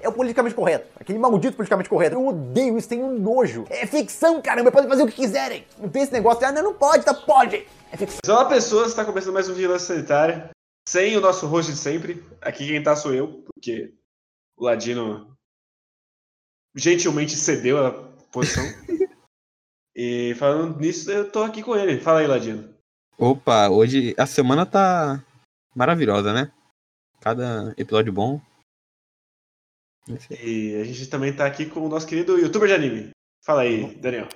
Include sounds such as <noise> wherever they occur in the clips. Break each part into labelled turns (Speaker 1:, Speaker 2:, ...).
Speaker 1: É o politicamente correto. Aquele maldito politicamente correto. Eu odeio isso, tenho nojo. É ficção, caramba, podem fazer o que quiserem. Não tem esse negócio de, ah, não, não pode, tá, pode. É ficção.
Speaker 2: Mas Olá pessoas, está começando mais um Vigilância Sanitária, sem o nosso host de sempre. Aqui quem tá sou eu, porque o Ladino gentilmente cedeu a posição. e falando nisso, eu tô aqui com ele. Fala aí, Ladino.
Speaker 3: Opa, hoje a semana tá maravilhosa, né? Cada episódio bom.
Speaker 2: E a gente também tá aqui com o nosso querido youtuber de anime. Fala aí, Daniel.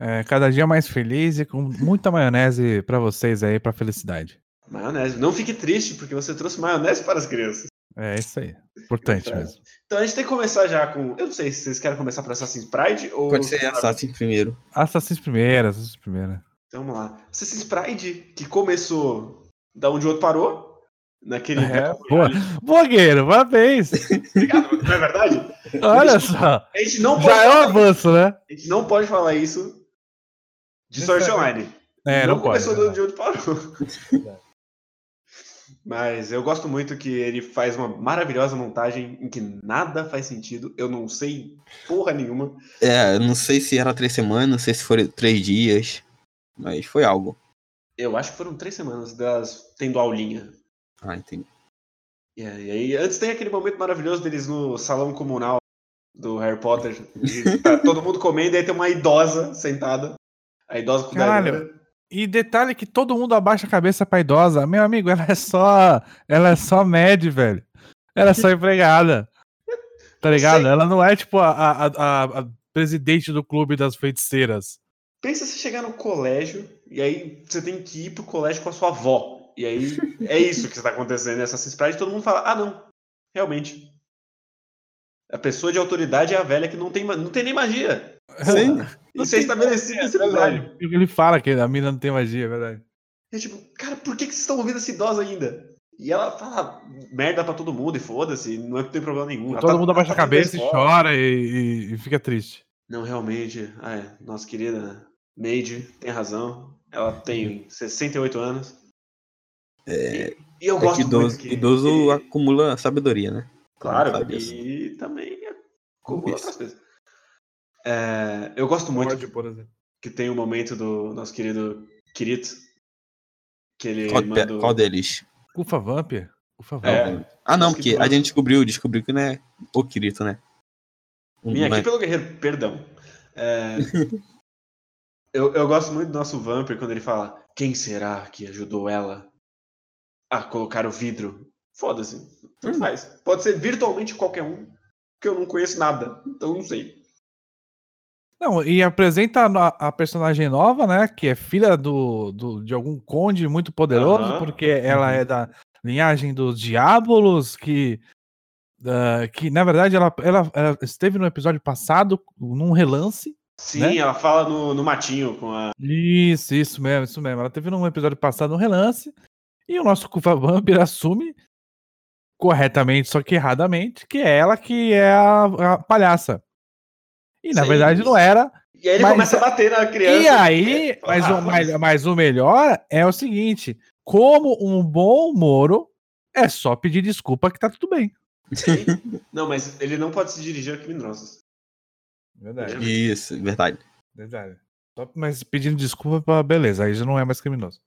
Speaker 4: É, cada dia mais feliz e com muita maionese pra vocês aí, pra felicidade.
Speaker 2: Maionese. Não fique triste, porque você trouxe maionese para as crianças.
Speaker 4: É isso aí. Importante
Speaker 2: Tá.
Speaker 4: mesmo.
Speaker 2: Então a gente tem que começar já com. Eu não sei se vocês querem começar por Assassin's Pride ou.
Speaker 3: Pode ser Assassin primeiro.
Speaker 4: Assassins primeiro, assassins primeiro. né?
Speaker 2: Então vamos lá. Assassin's Pride, que começou da onde o outro parou. Naquele.
Speaker 4: É, boa.
Speaker 2: <laughs>
Speaker 4: Blogueiro, parabéns.
Speaker 2: Obrigado, não é verdade?
Speaker 4: Olha só.
Speaker 2: A gente não pode,
Speaker 4: Já é um avanço, né?
Speaker 2: a gente não pode falar isso de Sword Art Online.
Speaker 4: É, não, pode.
Speaker 2: começou de onde parou.
Speaker 4: <laughs>
Speaker 2: Mas eu gosto muito que ele faz uma maravilhosa montagem em que nada faz sentido. Eu não sei porra nenhuma.
Speaker 3: É, não sei se era três semanas, não sei se foram três dias, mas foi algo.
Speaker 2: Eu acho que foram três semanas das tendo aulinha.
Speaker 3: Ah, entendi.
Speaker 2: E aí, É, e aí, antes tem aquele momento maravilhoso deles no salão comunal do Harry Potter. E tá todo mundo comendo e aí tem uma idosa sentada. A idosa com
Speaker 4: Caralho.
Speaker 2: galinha.
Speaker 4: E detalhe que todo mundo abaixa a cabeça pra idosa. Meu amigo, ela é só. Ela é só med, velho. Ela é só empregada. Tá ligado?
Speaker 2: Sei.
Speaker 4: Ela não é tipo a, a, a- a presidente do clube das feiticeiras.
Speaker 2: Pensa se chegar no colégio e aí você tem que ir pro colégio com a sua avó. E aí é isso que está acontecendo nessa Assassin's Pride. Todo mundo fala, ah não, realmente. A pessoa de autoridade é a velha que não tem, ma- não tem nem magia.
Speaker 3: Sim,
Speaker 2: Isso é estabelecido nesse episódio.
Speaker 4: O que Ele fala que a mina não tem magia, é verdade.
Speaker 2: E é tipo, cara, por que, que vocês estão ouvindo essa idosa ainda? E ela fala merda pra todo mundo e foda-se, não é que tem problema nenhum. Ela
Speaker 4: Todo
Speaker 2: tá-
Speaker 4: mundo
Speaker 2: ela
Speaker 4: abaixa a
Speaker 2: tá dentro da
Speaker 4: cabeça e
Speaker 2: escola.
Speaker 4: chora e, e- e fica triste.
Speaker 2: Não, realmente, ah, é, nossa querida Made tem razão. Ela tem 68 anos.
Speaker 3: É,
Speaker 2: E eu
Speaker 3: é
Speaker 2: gosto
Speaker 3: que idoso,
Speaker 2: muito que,
Speaker 3: idoso
Speaker 2: que-
Speaker 3: acumula sabedoria, né?
Speaker 2: Claro,
Speaker 3: Sabe isso.
Speaker 2: e também acumula
Speaker 3: Isso.
Speaker 2: outras coisas. É, eu gosto muito que tem o momento do nosso querido Kirito. Que ele
Speaker 3: Qual,
Speaker 2: manda. o-
Speaker 3: qual deles?
Speaker 4: Cufa Vamp? Cufa Vamp.
Speaker 2: É,
Speaker 3: Ah, não,
Speaker 2: Acho que
Speaker 3: porque a
Speaker 2: todos.
Speaker 3: gente descobriu, descobriu que não é o Kirito, né?
Speaker 4: Hum,
Speaker 3: Um
Speaker 2: Minha aqui
Speaker 3: Mas-
Speaker 2: pelo guerreiro, perdão.
Speaker 4: <laughs>
Speaker 2: É, eu, eu gosto muito do nosso Vampir quando ele fala: quem será que ajudou ela a colocar o vidro? Foda-se, tanto
Speaker 3: Hum.
Speaker 2: faz. Pode ser virtualmente qualquer um, porque eu não conheço nada, então não sei.
Speaker 4: Não, e apresenta a, no- a personagem nova, né? Que é filha do, do- de algum conde muito poderoso,
Speaker 2: Aham.
Speaker 4: porque ela é da linhagem dos Diabolos, que. ah, que na verdade ela, ela- ela esteve no episódio passado, num relance.
Speaker 2: Sim,
Speaker 4: Né?
Speaker 2: ela fala no, no matinho com a.
Speaker 4: Isso, isso mesmo, isso mesmo. Ela teve num episódio passado, num relance. E o nosso Kufa <laughs> Vampir assume corretamente, só que erradamente, que é ela que é a, a palhaça. E na
Speaker 2: Sim.
Speaker 4: verdade não era,
Speaker 2: E aí ele
Speaker 4: Mas-
Speaker 2: começa a bater na criança.
Speaker 4: E aí, mas,
Speaker 2: Ah,
Speaker 4: o, mas, mas o melhor é o seguinte: como um bom Moro, é só pedir desculpa que tá tudo bem.
Speaker 2: Sim. Não, mas ele não pode se dirigir a criminosos. Uhum.
Speaker 4: Verdade,
Speaker 3: Isso, verdade.
Speaker 4: verdade. mas pedindo desculpa, pra, beleza, aí já não é mais criminoso.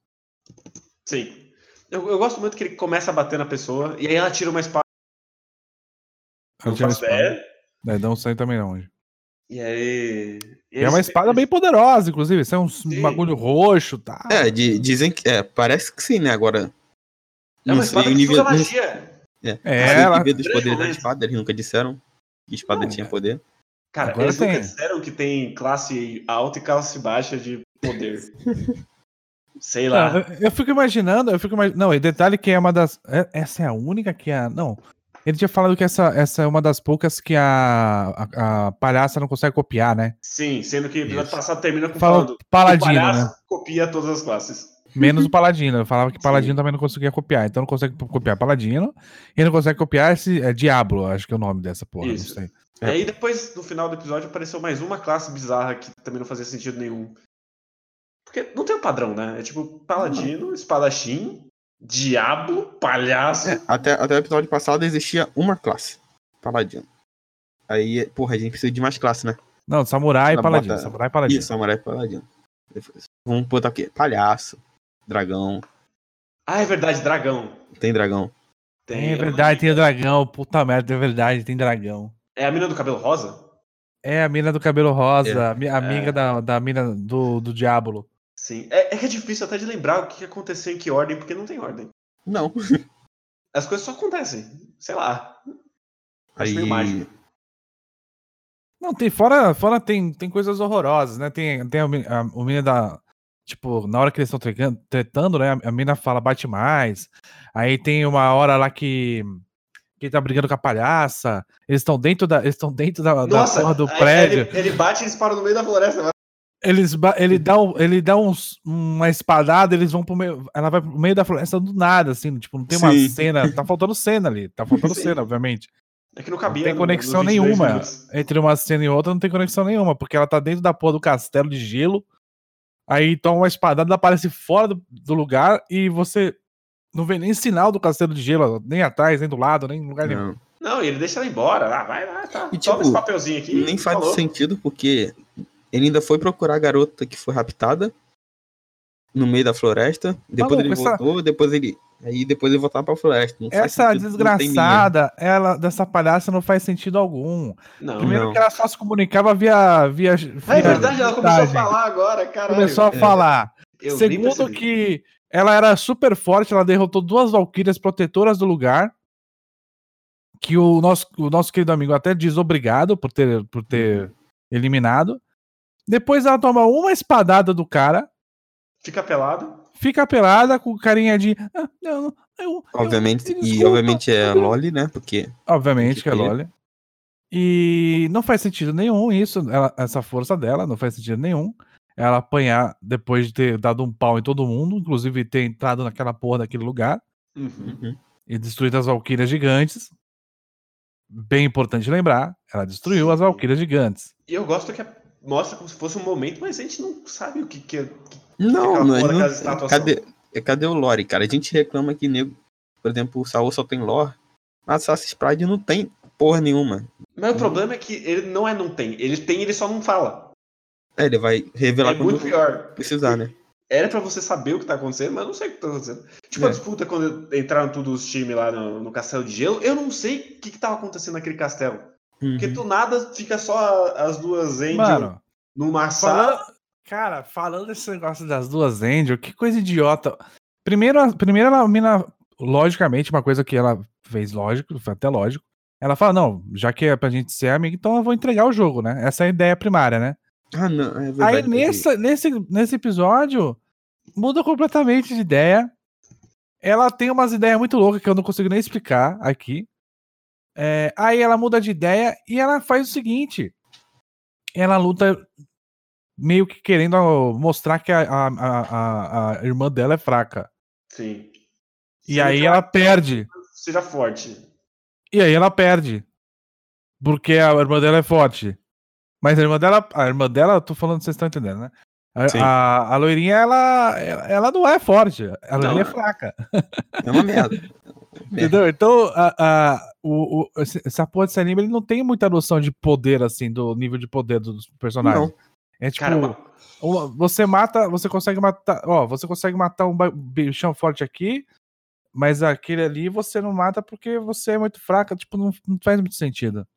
Speaker 2: Sim. Eu, eu gosto muito que ele começa a bater na pessoa e aí ela tira uma espada.
Speaker 4: Eu
Speaker 2: não
Speaker 4: tinha uma
Speaker 2: faço
Speaker 4: espada.
Speaker 2: ideia.
Speaker 4: É, não sei também não. gente.
Speaker 2: E aí.
Speaker 4: E é uma espada bem poderosa, inclusive. Isso é um
Speaker 2: Sim.
Speaker 4: bagulho roxo, tá?
Speaker 3: É, di- dizem que. É, parece que sim, né? Agora.
Speaker 2: É uma espada
Speaker 3: o
Speaker 2: que usa
Speaker 3: nível, não
Speaker 2: magia.
Speaker 4: É,
Speaker 3: sei o
Speaker 4: ela-
Speaker 3: nível dos
Speaker 2: Grande
Speaker 3: poderes da
Speaker 2: momento.
Speaker 3: espada, eles nunca disseram que espada
Speaker 4: Não,
Speaker 3: tinha
Speaker 4: é.
Speaker 3: poder.
Speaker 2: Cara,
Speaker 4: Agora
Speaker 2: eles nunca
Speaker 4: tem.
Speaker 2: disseram que tem classe alta e classe baixa de
Speaker 4: <laughs>
Speaker 2: poder. Sei lá.
Speaker 4: Não, eu, eu fico imaginando, eu fico imaginando. Não, e detalhe que é uma das. é- Essa é a única que a. Não. Ele tinha falado que essa, essa é uma das poucas que a, a, a palhaça não consegue copiar, né?
Speaker 2: Sim, sendo que o episódio
Speaker 3: Isso.
Speaker 2: passado termina com
Speaker 4: Fala
Speaker 2: falando.
Speaker 4: paladino,
Speaker 2: o palhaço
Speaker 4: né?
Speaker 2: copia todas as classes.
Speaker 4: Menos o paladino. Eu falava que paladino
Speaker 3: Sim.
Speaker 4: também não conseguia copiar. Então não consegue copiar paladino. E não consegue copiar esse. É Diablo, acho que é o nome dessa porra.
Speaker 2: Isso.
Speaker 4: Não sei.
Speaker 3: É.
Speaker 2: E aí depois, no final do episódio, apareceu mais uma classe bizarra que também não fazia sentido nenhum. Porque não tem um padrão, né? É tipo paladino, espadachim, diabo, palhaço.
Speaker 3: É, até, até o episódio passado existia uma classe. Paladino. Aí, porra, a gente precisa de mais classe, né?
Speaker 4: Não, samurai e
Speaker 3: Ela
Speaker 4: paladino.
Speaker 3: bota-
Speaker 4: Samurai e paladino.
Speaker 3: Isso, samurai e paladino. Depois, Vamos botar o quê? Palhaço, dragão.
Speaker 2: Ah, é verdade, dragão.
Speaker 3: Tem dragão.
Speaker 4: É
Speaker 2: eu não
Speaker 4: verdade,
Speaker 2: vi.
Speaker 4: tem o dragão. Puta merda, é verdade, tem dragão.
Speaker 2: É a mina do cabelo rosa?
Speaker 4: É a mina do cabelo rosa, a mi- amiga
Speaker 2: é.
Speaker 4: da, da mina do, do Diablo.
Speaker 2: Sim. É, é que é difícil até de lembrar o que aconteceu em que ordem, porque não tem ordem.
Speaker 3: Não.
Speaker 2: As coisas só acontecem. Sei lá. Acho
Speaker 3: Aí,
Speaker 2: meio mágico.
Speaker 4: Não, tem fora, fora tem, tem coisas horrorosas, né? Tem, tem a, mi- a, o mina da. Tipo, na hora que eles estão tretando, tretando, né? A mina fala, bate mais. Aí tem uma hora lá que. Que tá brigando com a palhaça. Eles estão dentro da, eles estão dentro da, da
Speaker 2: Nossa,
Speaker 4: porra do
Speaker 2: aí- aí
Speaker 4: prédio.
Speaker 2: Ele, ele bate e eles param no meio da floresta. né? mas-
Speaker 4: Eles ba- ele dá, um- ele dá uns- uma espadada, eles vão pro meio. Ela vai pro meio da floresta do nada, assim. Tipo, não tem uma
Speaker 3: Sim.
Speaker 4: cena. Tá faltando cena ali. Tá
Speaker 2: <laughs>
Speaker 4: faltando
Speaker 2: Sim.
Speaker 4: cena, obviamente.
Speaker 2: É que não cabia.
Speaker 4: tem
Speaker 2: no-
Speaker 4: conexão
Speaker 2: nos 22
Speaker 4: nenhuma.
Speaker 2: minutos.
Speaker 4: Entre uma cena e outra não tem conexão nenhuma, porque ela tá dentro da porra do castelo de gelo. Aí toma uma espadada, ela aparece fora do, do lugar e você não vê nem sinal do castelo de gelo, nem atrás, nem do lado, nem em lugar nenhum.
Speaker 3: não.
Speaker 2: Não, e ele deixa ela embora. Ah, vai lá, tá.
Speaker 3: E,
Speaker 2: Toma
Speaker 3: tipo,
Speaker 2: esse papelzinho aqui.
Speaker 3: Nem faz
Speaker 2: falou.
Speaker 3: sentido porque ele ainda foi procurar a garota que foi raptada no meio da floresta. Depois ele
Speaker 4: Maluco, essa-
Speaker 3: voltou, depois ele. Aí depois ele voltava pra floresta. Não faz sentido,
Speaker 4: Essa
Speaker 3: não tem linha.
Speaker 4: desgraçada, ela dessa palhaça não faz sentido algum.
Speaker 2: Não.
Speaker 4: Primeiro
Speaker 3: Não.
Speaker 4: que ela só se comunicava via. via,
Speaker 2: Ah, É
Speaker 4: via
Speaker 2: verdade, ela começou a
Speaker 4: mensagem.
Speaker 2: falar agora, caralho.
Speaker 4: Começou a
Speaker 3: É.
Speaker 4: falar.
Speaker 2: Eu nem
Speaker 4: Segundo
Speaker 2: percebi.
Speaker 4: que ela era super forte, ela derrotou duas valquírias protetoras do lugar. Que o nosso, o nosso querido amigo até diz obrigado por ter, por ter eliminado. Depois ela toma uma espadada do cara,
Speaker 2: Fica pelado.
Speaker 4: fica pelada com carinha de. "Ah, não, eu, eu
Speaker 3: Obviamente, e
Speaker 4: Desculpa.
Speaker 3: obviamente é a Loli, né? Porque.
Speaker 4: Obviamente que
Speaker 3: Tem
Speaker 4: é
Speaker 3: que ter.
Speaker 4: Loli. E não faz sentido nenhum isso, ela- essa força dela, não faz sentido nenhum. Ela apanhar depois de ter dado um pau em todo mundo, inclusive ter entrado naquela porra daquele lugar
Speaker 3: Uhum.
Speaker 4: e destruído as Valquírias gigantes. Bem importante lembrar, ela destruiu as Valquírias gigantes.
Speaker 2: E eu gosto que é- mostra como se fosse um momento, mas a gente não sabe o que, que é. que-
Speaker 3: Não,
Speaker 2: Aquela porra
Speaker 3: mas não-
Speaker 2: daquelas estátuas
Speaker 3: cadê, é, cadê o lore, cara? A gente reclama que nego, por exemplo, o Saul só tem lore, mas Assassin's Pride não tem porra nenhuma.
Speaker 2: Mas o problema é que ele não é não tem. Ele tem, ele só não fala.
Speaker 3: É, ele vai revelar
Speaker 2: é
Speaker 3: quando
Speaker 2: muito pior.
Speaker 3: precisar, né?
Speaker 2: Era pra você saber o que tá acontecendo, mas eu não sei o que tá acontecendo. Tipo,
Speaker 3: É.
Speaker 2: a disputa quando entraram todos os times lá no, no castelo de gelo, eu não sei o que, que tava acontecendo naquele castelo. Porque
Speaker 3: Uhum.
Speaker 2: do nada fica só a- as duas Angel
Speaker 4: Mano,
Speaker 2: numa
Speaker 4: falando,
Speaker 2: sala.
Speaker 4: cara, falando desse negócio das duas Angel, que coisa idiota. Primeiro, a- primeiro ela, a mina, logicamente, uma coisa que ela fez lógico, foi até lógico. Ela fala, não, já que é pra gente ser amigo, então eu vou entregar o jogo, né? Essa é a ideia primária, né?
Speaker 3: Ah, não, é verdade.
Speaker 4: Aí nessa, nesse, nesse episódio, muda completamente de ideia. Ela tem umas ideias muito loucas que eu não consigo nem explicar aqui. É, aí ela muda de ideia e ela faz o seguinte: ela luta meio que querendo mostrar que a, a- a- a- a irmã dela é fraca.
Speaker 2: Sim.
Speaker 4: E
Speaker 2: Sim,
Speaker 4: aí
Speaker 2: que
Speaker 4: ela perde.
Speaker 2: Seja forte.
Speaker 4: E aí ela perde. Porque a irmã dela é forte. Mas a irmã dela, a irmã dela, eu tô falando, vocês estão entendendo, né?
Speaker 3: Sim.
Speaker 4: A, a, a loirinha, ela, ela ela não é forte. A loirinha é
Speaker 3: não.
Speaker 4: fraca.
Speaker 3: É uma merda. É.
Speaker 4: Entendeu? Então, a, a, o, o, esse- essa porra desse anime, ele não tem muita noção de poder, assim, do nível de poder dos personagens.
Speaker 3: Não.
Speaker 4: É tipo,
Speaker 2: Cara, uma-
Speaker 4: uma- você mata, você consegue matar, ó, você consegue matar um ba- bichão forte aqui, mas aquele ali você não mata porque você é muito fraca, tipo, não, não faz muito sentido.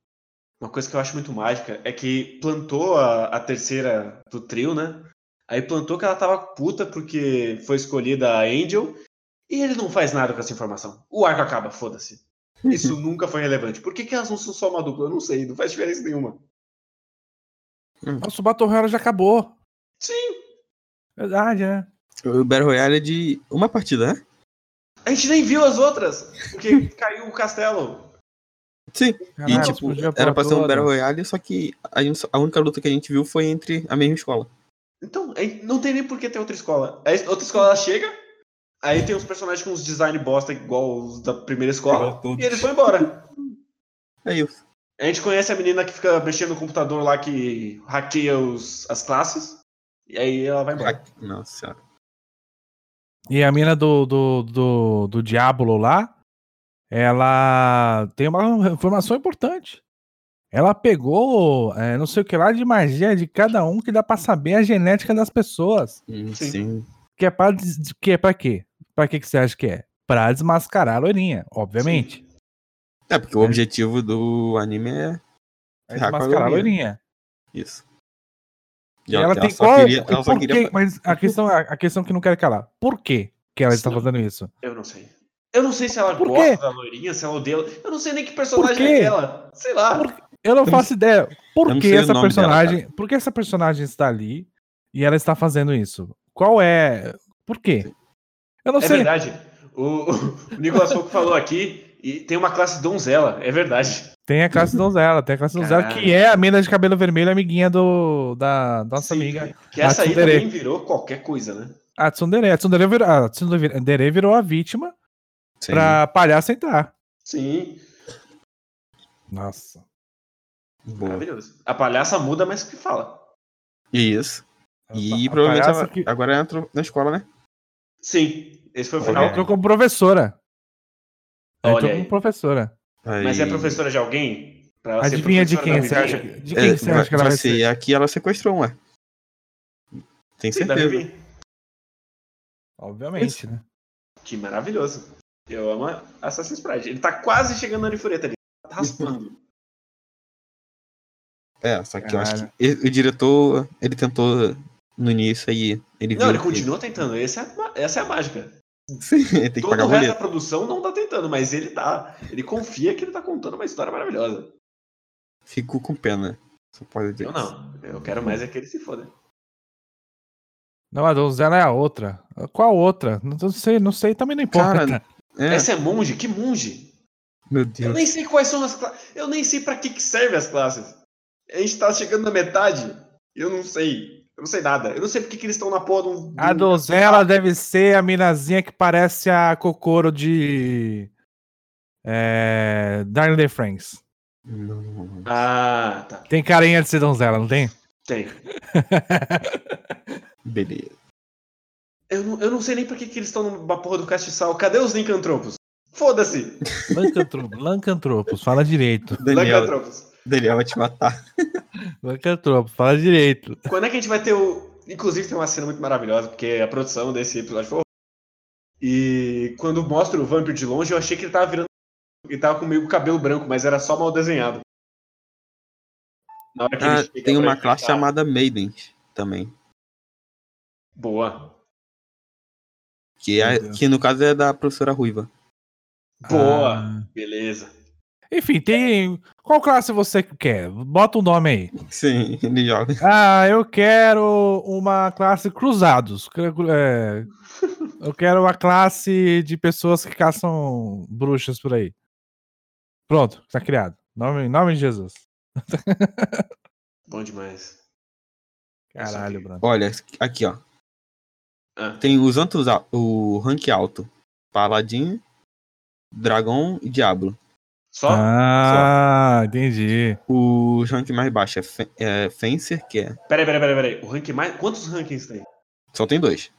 Speaker 2: Uma coisa que eu acho muito mágica é que plantou a, a terceira do trio, né? Aí plantou que ela tava puta porque foi escolhida a Angel e ele não faz nada com essa informação. O arco acaba,
Speaker 3: <laughs>
Speaker 2: foda-se. Isso nunca foi relevante. Por que, que elas não são só uma dupla? Eu não sei, não faz diferença nenhuma.
Speaker 4: Nossa, o Battle Royale já acabou.
Speaker 2: Sim,
Speaker 4: Verdade, né?
Speaker 3: O Battle Royale é de uma partida, né?
Speaker 2: a gente nem viu as outras,
Speaker 3: <laughs>
Speaker 2: porque caiu o castelo.
Speaker 3: Sim.
Speaker 4: Caralho,
Speaker 3: e tipo,
Speaker 4: explodiu a porra
Speaker 3: era pra ser um
Speaker 4: toda.
Speaker 3: Battle Royale, só que a, gente só- a única luta que a gente viu foi entre a mesma escola.
Speaker 2: Então, aí não tem nem por que ter outra escola. Aí outra escola ela chega, aí tem uns personagens com uns design bosta igual os da primeira escola,
Speaker 3: Igual todos.
Speaker 2: e eles vão embora.
Speaker 3: É isso.
Speaker 2: A gente conhece a menina que fica mexendo no computador lá que hackeia os, as classes. E aí ela
Speaker 4: É.
Speaker 2: vai embora.
Speaker 3: Aqui- Nossa senhora.
Speaker 4: E a mina do, do, do, do Diablo lá, ela tem uma informação importante. Ela pegou é, não sei o que lá de magia de cada um que dá pra saber a genética das pessoas.
Speaker 3: Hum,
Speaker 2: Sim.
Speaker 3: Sim.
Speaker 4: Que é pra, des- de- que é pra quê? Pra que, que você acha que é? Pra desmascarar a loirinha, obviamente.
Speaker 3: É, porque o objetivo do anime é
Speaker 4: É
Speaker 3: ferrar com a
Speaker 4: desmascarar
Speaker 3: loirinha.
Speaker 4: a loirinha.
Speaker 3: Isso.
Speaker 4: E ela, tem
Speaker 3: só
Speaker 4: qual?
Speaker 3: queria- ela só
Speaker 4: por
Speaker 3: queria-
Speaker 4: quê? Mas a questão, é, a, a questão que não quero calar. Por quê que ela está
Speaker 2: Sim.
Speaker 4: fazendo isso?
Speaker 2: Eu não sei. Eu não sei se ela
Speaker 4: Por
Speaker 2: gosta
Speaker 4: quê?
Speaker 2: da loirinha, se ela odeia. Eu não sei nem que
Speaker 4: Por
Speaker 2: personagem
Speaker 4: quê?
Speaker 2: é ela. Sei lá.
Speaker 4: Por- Eu não
Speaker 3: Eu não
Speaker 4: faço ideia.
Speaker 3: eu
Speaker 4: Por
Speaker 3: não
Speaker 4: que
Speaker 3: sei o
Speaker 4: essa
Speaker 3: nome dela,
Speaker 4: personagem? por que essa personagem está ali e ela está fazendo isso? Qual é? Por quê? Eu não
Speaker 2: é
Speaker 4: sei.
Speaker 2: verdade. O, o Nicolas Foco falou aqui e tem uma classe donzela. É verdade.
Speaker 4: Tem a classe donzela, tem a classe donzela,
Speaker 2: Caralho.
Speaker 4: que é a mina de cabelo vermelho, amiguinha do, da da nossa
Speaker 2: Sim.
Speaker 4: amiga.
Speaker 2: Que essa aí
Speaker 4: Tsundere.
Speaker 2: também virou qualquer coisa, né?
Speaker 4: A Tsundere. A Tsundere virou, a Tsundere virou a vítima
Speaker 3: Sim.
Speaker 4: pra palhaço entrar.
Speaker 2: Sim.
Speaker 4: Nossa.
Speaker 3: Boa.
Speaker 2: Maravilhoso. A palhaça muda, mas o que fala.
Speaker 3: Isso. E
Speaker 4: A
Speaker 3: provavelmente
Speaker 4: palhaça
Speaker 3: ela-
Speaker 4: que-
Speaker 3: agora ela entrou na escola, né?
Speaker 2: Sim. Esse foi o
Speaker 4: Ela
Speaker 2: final.
Speaker 4: entrou como professora. Ela
Speaker 2: é. Olha
Speaker 4: entrou
Speaker 2: aí.
Speaker 4: como professora.
Speaker 2: Mas é
Speaker 3: Aí-
Speaker 2: professora de alguém? Pra ela ser
Speaker 4: Adivinha de
Speaker 2: professora
Speaker 4: quem
Speaker 2: da
Speaker 4: você
Speaker 2: Vivinha?
Speaker 4: acha? que- De quem
Speaker 3: É,
Speaker 4: que você acha que ela vai ser?
Speaker 3: Aqui ela sequestrou uma. Tem
Speaker 2: Sim, da
Speaker 3: certeza.
Speaker 2: Vivi.
Speaker 4: Obviamente, né?
Speaker 2: Que maravilhoso. Eu amo Assassin's Creed. Ele tá quase chegando na Nifureta ali. Tá raspando.
Speaker 3: É, só que eu acho
Speaker 4: Caralho.
Speaker 3: que e- o diretor, ele tentou no início aí, ele viu
Speaker 2: não, ele
Speaker 3: que-
Speaker 2: continua tentando. Essa é a, ma- essa é a mágica.
Speaker 3: Sim, <laughs> tem que
Speaker 2: Todo
Speaker 3: pagar
Speaker 2: o
Speaker 3: o
Speaker 2: resto da
Speaker 3: boleto.
Speaker 2: produção não tá tentando, mas ele tá. Ele confia que ele tá contando uma história maravilhosa.
Speaker 3: Fico com pena. Só pode dizer.
Speaker 2: Eu não. Eu quero mais é que ele se foda.
Speaker 4: Não, a donzela é a outra. Qual outra? Não não sei, não sei, também não importa.
Speaker 3: Cara, É,
Speaker 2: Essa é monge? Que monge?
Speaker 3: meu
Speaker 2: Eu
Speaker 3: Deus.
Speaker 2: nem sei quais são as classes. Eu nem sei pra que, que serve as classes. A gente tá chegando na metade. Eu não sei. Eu não sei nada. Eu não sei porque que eles estão na porra de um.
Speaker 4: a
Speaker 2: de um-
Speaker 4: donzela deve ser a minazinha que parece a Kokoro de. É, Darling the Friends.
Speaker 3: Não, não, não.
Speaker 2: Ah, tá.
Speaker 4: Tem carinha de ser donzela, não tem?
Speaker 2: Tem.
Speaker 3: Beleza.
Speaker 2: Eu não, eu não sei nem pra que, que eles estão na porra do castiçal. Cadê os lincantropos? Foda-se!
Speaker 4: Lancantropos, Lancantropos, fala direito.
Speaker 3: Daniel,
Speaker 2: Lincantropos.
Speaker 3: Daniel vai te matar.
Speaker 4: Lancantropos, fala direito.
Speaker 2: Quando é que a gente vai ter o. Inclusive tem uma cena muito maravilhosa, porque a produção desse episódio foi. horrível. E quando mostra o vampiro de longe, eu achei que ele tava virando. Ele tava comigo com cabelo branco, mas era só mal desenhado. Na hora que ele
Speaker 3: Ah,
Speaker 2: chega
Speaker 3: tem
Speaker 2: pra
Speaker 3: uma
Speaker 2: enfrentar-
Speaker 3: classe chamada Maiden também.
Speaker 2: Boa.
Speaker 3: Que, é-
Speaker 4: Meu Deus.
Speaker 3: que no caso é da professora Ruiva.
Speaker 2: Boa.
Speaker 4: Ah.
Speaker 2: Beleza.
Speaker 4: Enfim, tem. Qual classe você quer? Bota um nome aí.
Speaker 3: Sim, ele joga.
Speaker 4: Ah, eu quero uma classe cruzados. Cru-
Speaker 3: <laughs>
Speaker 4: cru- é, eu quero uma classe de pessoas que caçam bruxas por aí. Pronto, tá criado. Nome, em nome de Jesus.
Speaker 2: Bom demais.
Speaker 4: Caralho, Bruno.
Speaker 3: Olha, aqui ó.
Speaker 2: Ah,
Speaker 3: Tem os antos, al- o rank alto. Paladin, Dragão e Diablo.
Speaker 2: só?
Speaker 4: Ah, entendi.
Speaker 3: O rank mais baixo é, Fe- é Fencer, que é.
Speaker 2: Peraí, peraí, peraí, peraí. O ranking mais. Quantos rankings tem?
Speaker 3: Só tem dois.